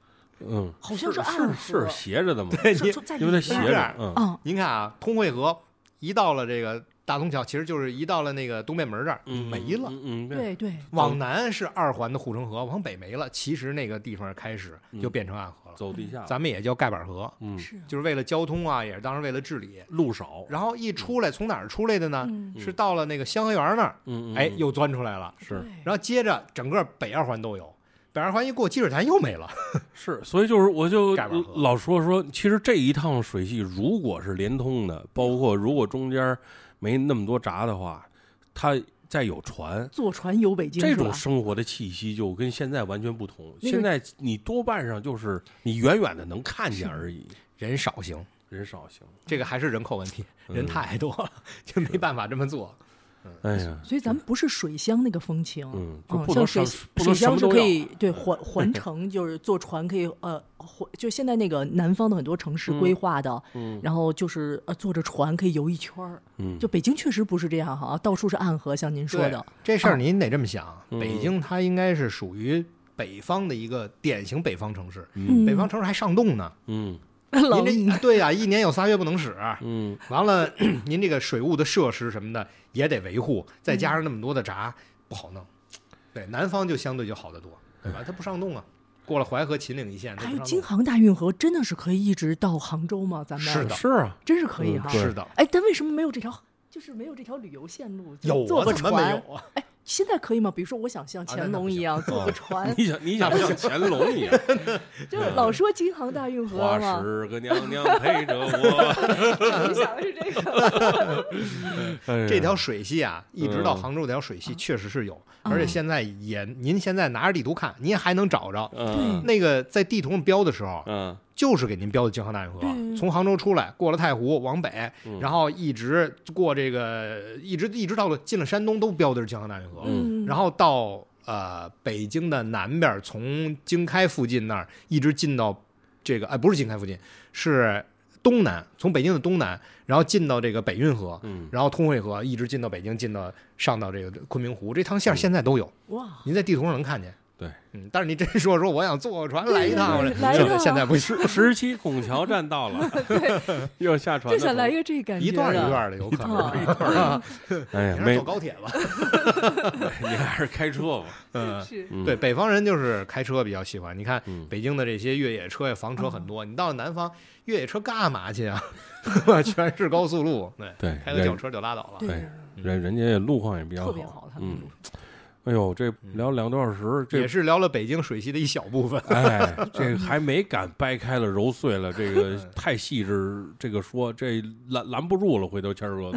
嗯，好像是是暗是是河斜着的嘛，对是是在因为它里边斜儿着。嗯啊，您看啊，通惠河一到了这个大通桥其实就是一到了那个东便门这儿嗯没了。嗯，嗯，对对，往南是二环的护城河，往北没了。其实那个地方开始就变成暗河了，嗯走啊地下，咱们也叫盖板河，嗯，是，就是为了交通啊，也是当时为了治理。路少，然后一出嗯来，从哪儿出来的呢？嗯，是到了那个香河园那儿，嗯，嗯哎，嗯又钻出来了。是对然后接着整个北二环都有，北二环一过积水潭又没了。是，所以就是我就盖板河老说说，其实这一趟水系如果是连通的，包括如果中间没那么多闸的话，它再有船，坐船游北京这是种吧？生活的气息就跟现在完全不同。那个现在你多半上就是你远远的能看见而已，人少行，人少行。这个还是人口问题，嗯人太多了， 就没办法这么做。哎呀，所以咱们不是水乡那个风情，嗯就嗯不能像上水不能水什么乡是都可要以 对环环城，就是坐船可以呃，环就现在那个南方的很多城市规划的，嗯然后就是呃坐着船可以游一圈儿。嗯，就北京确实不是这样哈，到处是暗河，像您说对的，这事儿，您得这么想，嗯北京它应该是属于北方的一个典型北方城市，嗯北方城市还上冻呢。嗯 冷您这对呀、一年有仨月不能使，嗯完了您这个水务的设施什么的也得维护，再加上那么多的闸，不好弄。对，南方就相对就好得多，对吧？它不上冻啊，过了淮河、秦岭一线，它还有不上京冻。航大运哎河真的是可以一直到杭州吗？咱们是的嗯是啊，真是可以哈。对是的，哎，但为什么没有这条？就是没有这条旅游线路，就有坐啊，个怎么没船有？啊？现在可以吗？比如说，我想像那乾那不隆一行啊样坐个船，你想你想哎像乾隆 一样，就是嗯老说京航大运河花嘛，十个娘娘陪着我，我想的是这个。哎呀这条水系啊，一直到杭州这条水系确实是有，而且现在也，您现在拿着地图看，您还能找着。嗯那个在地图上标的时候，嗯就是给您标的京杭大运河啊嗯，从杭州出来，过了太湖往北嗯，然后一直过这个，一直一直到了进了山东，都标的是京杭大运河。嗯然后到呃北京的南边，从经开附近那儿一直进到这个，哎，不是经开附近，是东南，从北京的东南，然后进到这个北运河，嗯然后通惠河，一直进到北京，进到上到这个昆明湖，这趟线儿现在都有，哇，您在地图上能看见。对，嗯，但是你真说说我想坐个船来一趟，对对对我这来一趟啊现在不行，十七孔桥站到 了，又下船就了。想来一个这感觉一段儿一的段儿的有可能。啊 哎呀你，还是没坐，高铁 吧。你还是开车吧。嗯，是嗯对，，北方人就是开车比较喜欢。你看嗯北京的这些越野车呀、房车很哦多，你到了南方，越野车干嘛去啊？ 全是高速路，对，对，开个轿人车就拉倒了。对哎人人家路况也比较嗯特别好，他们嗯，哎呦，这聊两个多小时，这也是聊了北京水系的一小部分。 哎，这个还没敢掰开了揉碎了，这个太细致，这个说这拦拦不住了，回头谦儿哥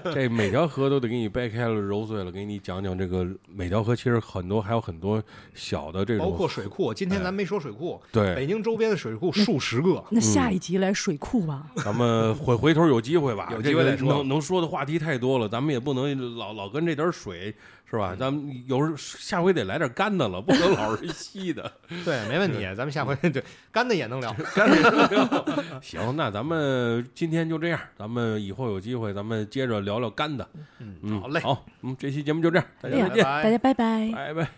都， 这每条河都得给你掰开了揉碎了，给你讲讲这个每条河其实很多还有很多小的这包种括水库，今天咱没说水库，北对，京周边的水库数 十个，那下一集来水库吧，咱们回回头有机会吧，有机会这个再说能能说的话题太多了，咱们也不能老老跟这点水是嗯吧？咱们有时候下回得来点干的了，不能老是稀的。 对，没问题。咱们下回 对干的也能聊，行，那咱们今天就这样，咱们以后有机会咱们接着聊聊干的。嗯，好嘞好，嗯，这期节目就这样，大哎家呀再见，拜大家拜拜。拜拜。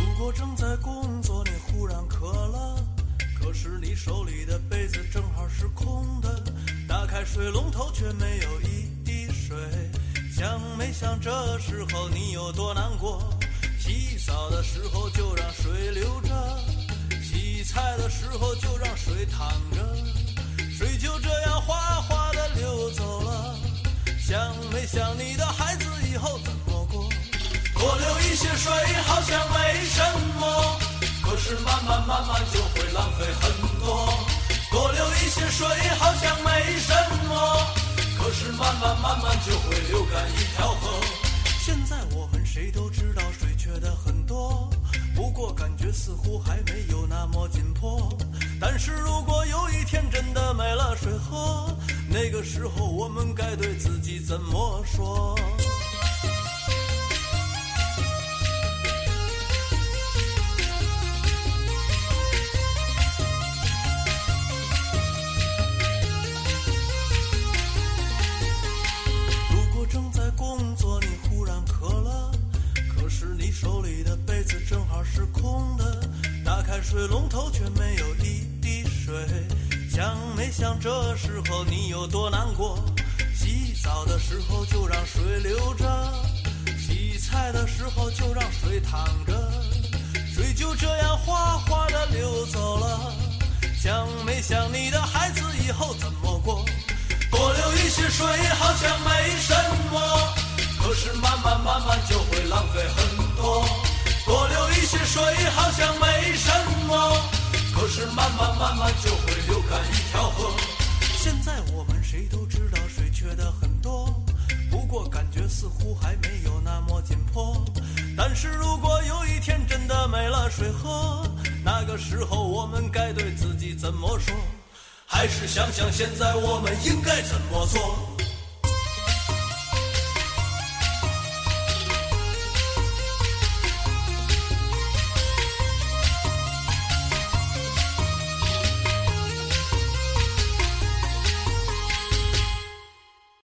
如果正在工作，你忽然渴了，可是你手里的杯子正好是空的，打开水龙头却没有一滴水。想没想这时候你有多难过？洗澡的时候就让水流着，洗菜的时候就让水淌着，水就这样哗哗的流走了。想没想你的孩子以后怎么过？多流一些水好像没什么，可是慢慢慢慢就会浪费很多。多流一些水好像没什么，可是慢慢慢慢就会流干一条河。现在我们谁都知道水缺的很多，不过感觉似乎还没有那么紧迫。但是如果有一天真的没了水喝，那个时候我们该对自己怎么说？如果正在工作，你忽然水龙头却没有一滴水。想没想这时候你有多难过？洗澡的时候就让水流着，洗菜的时候就让水淌着，水就这样哗哗的流走了。想没想你的孩子以后怎么过？多留一些水好像没什么，可是慢慢慢慢就会浪费很多。多留一些水好像没什么，可是慢慢慢慢就会流干一条河。现在我们谁都知道水缺的很多，不过感觉似乎还没有那么紧迫。但是如果有一天真的没了水喝，那个时候我们该对自己怎么说？还是想想现在我们应该怎么做。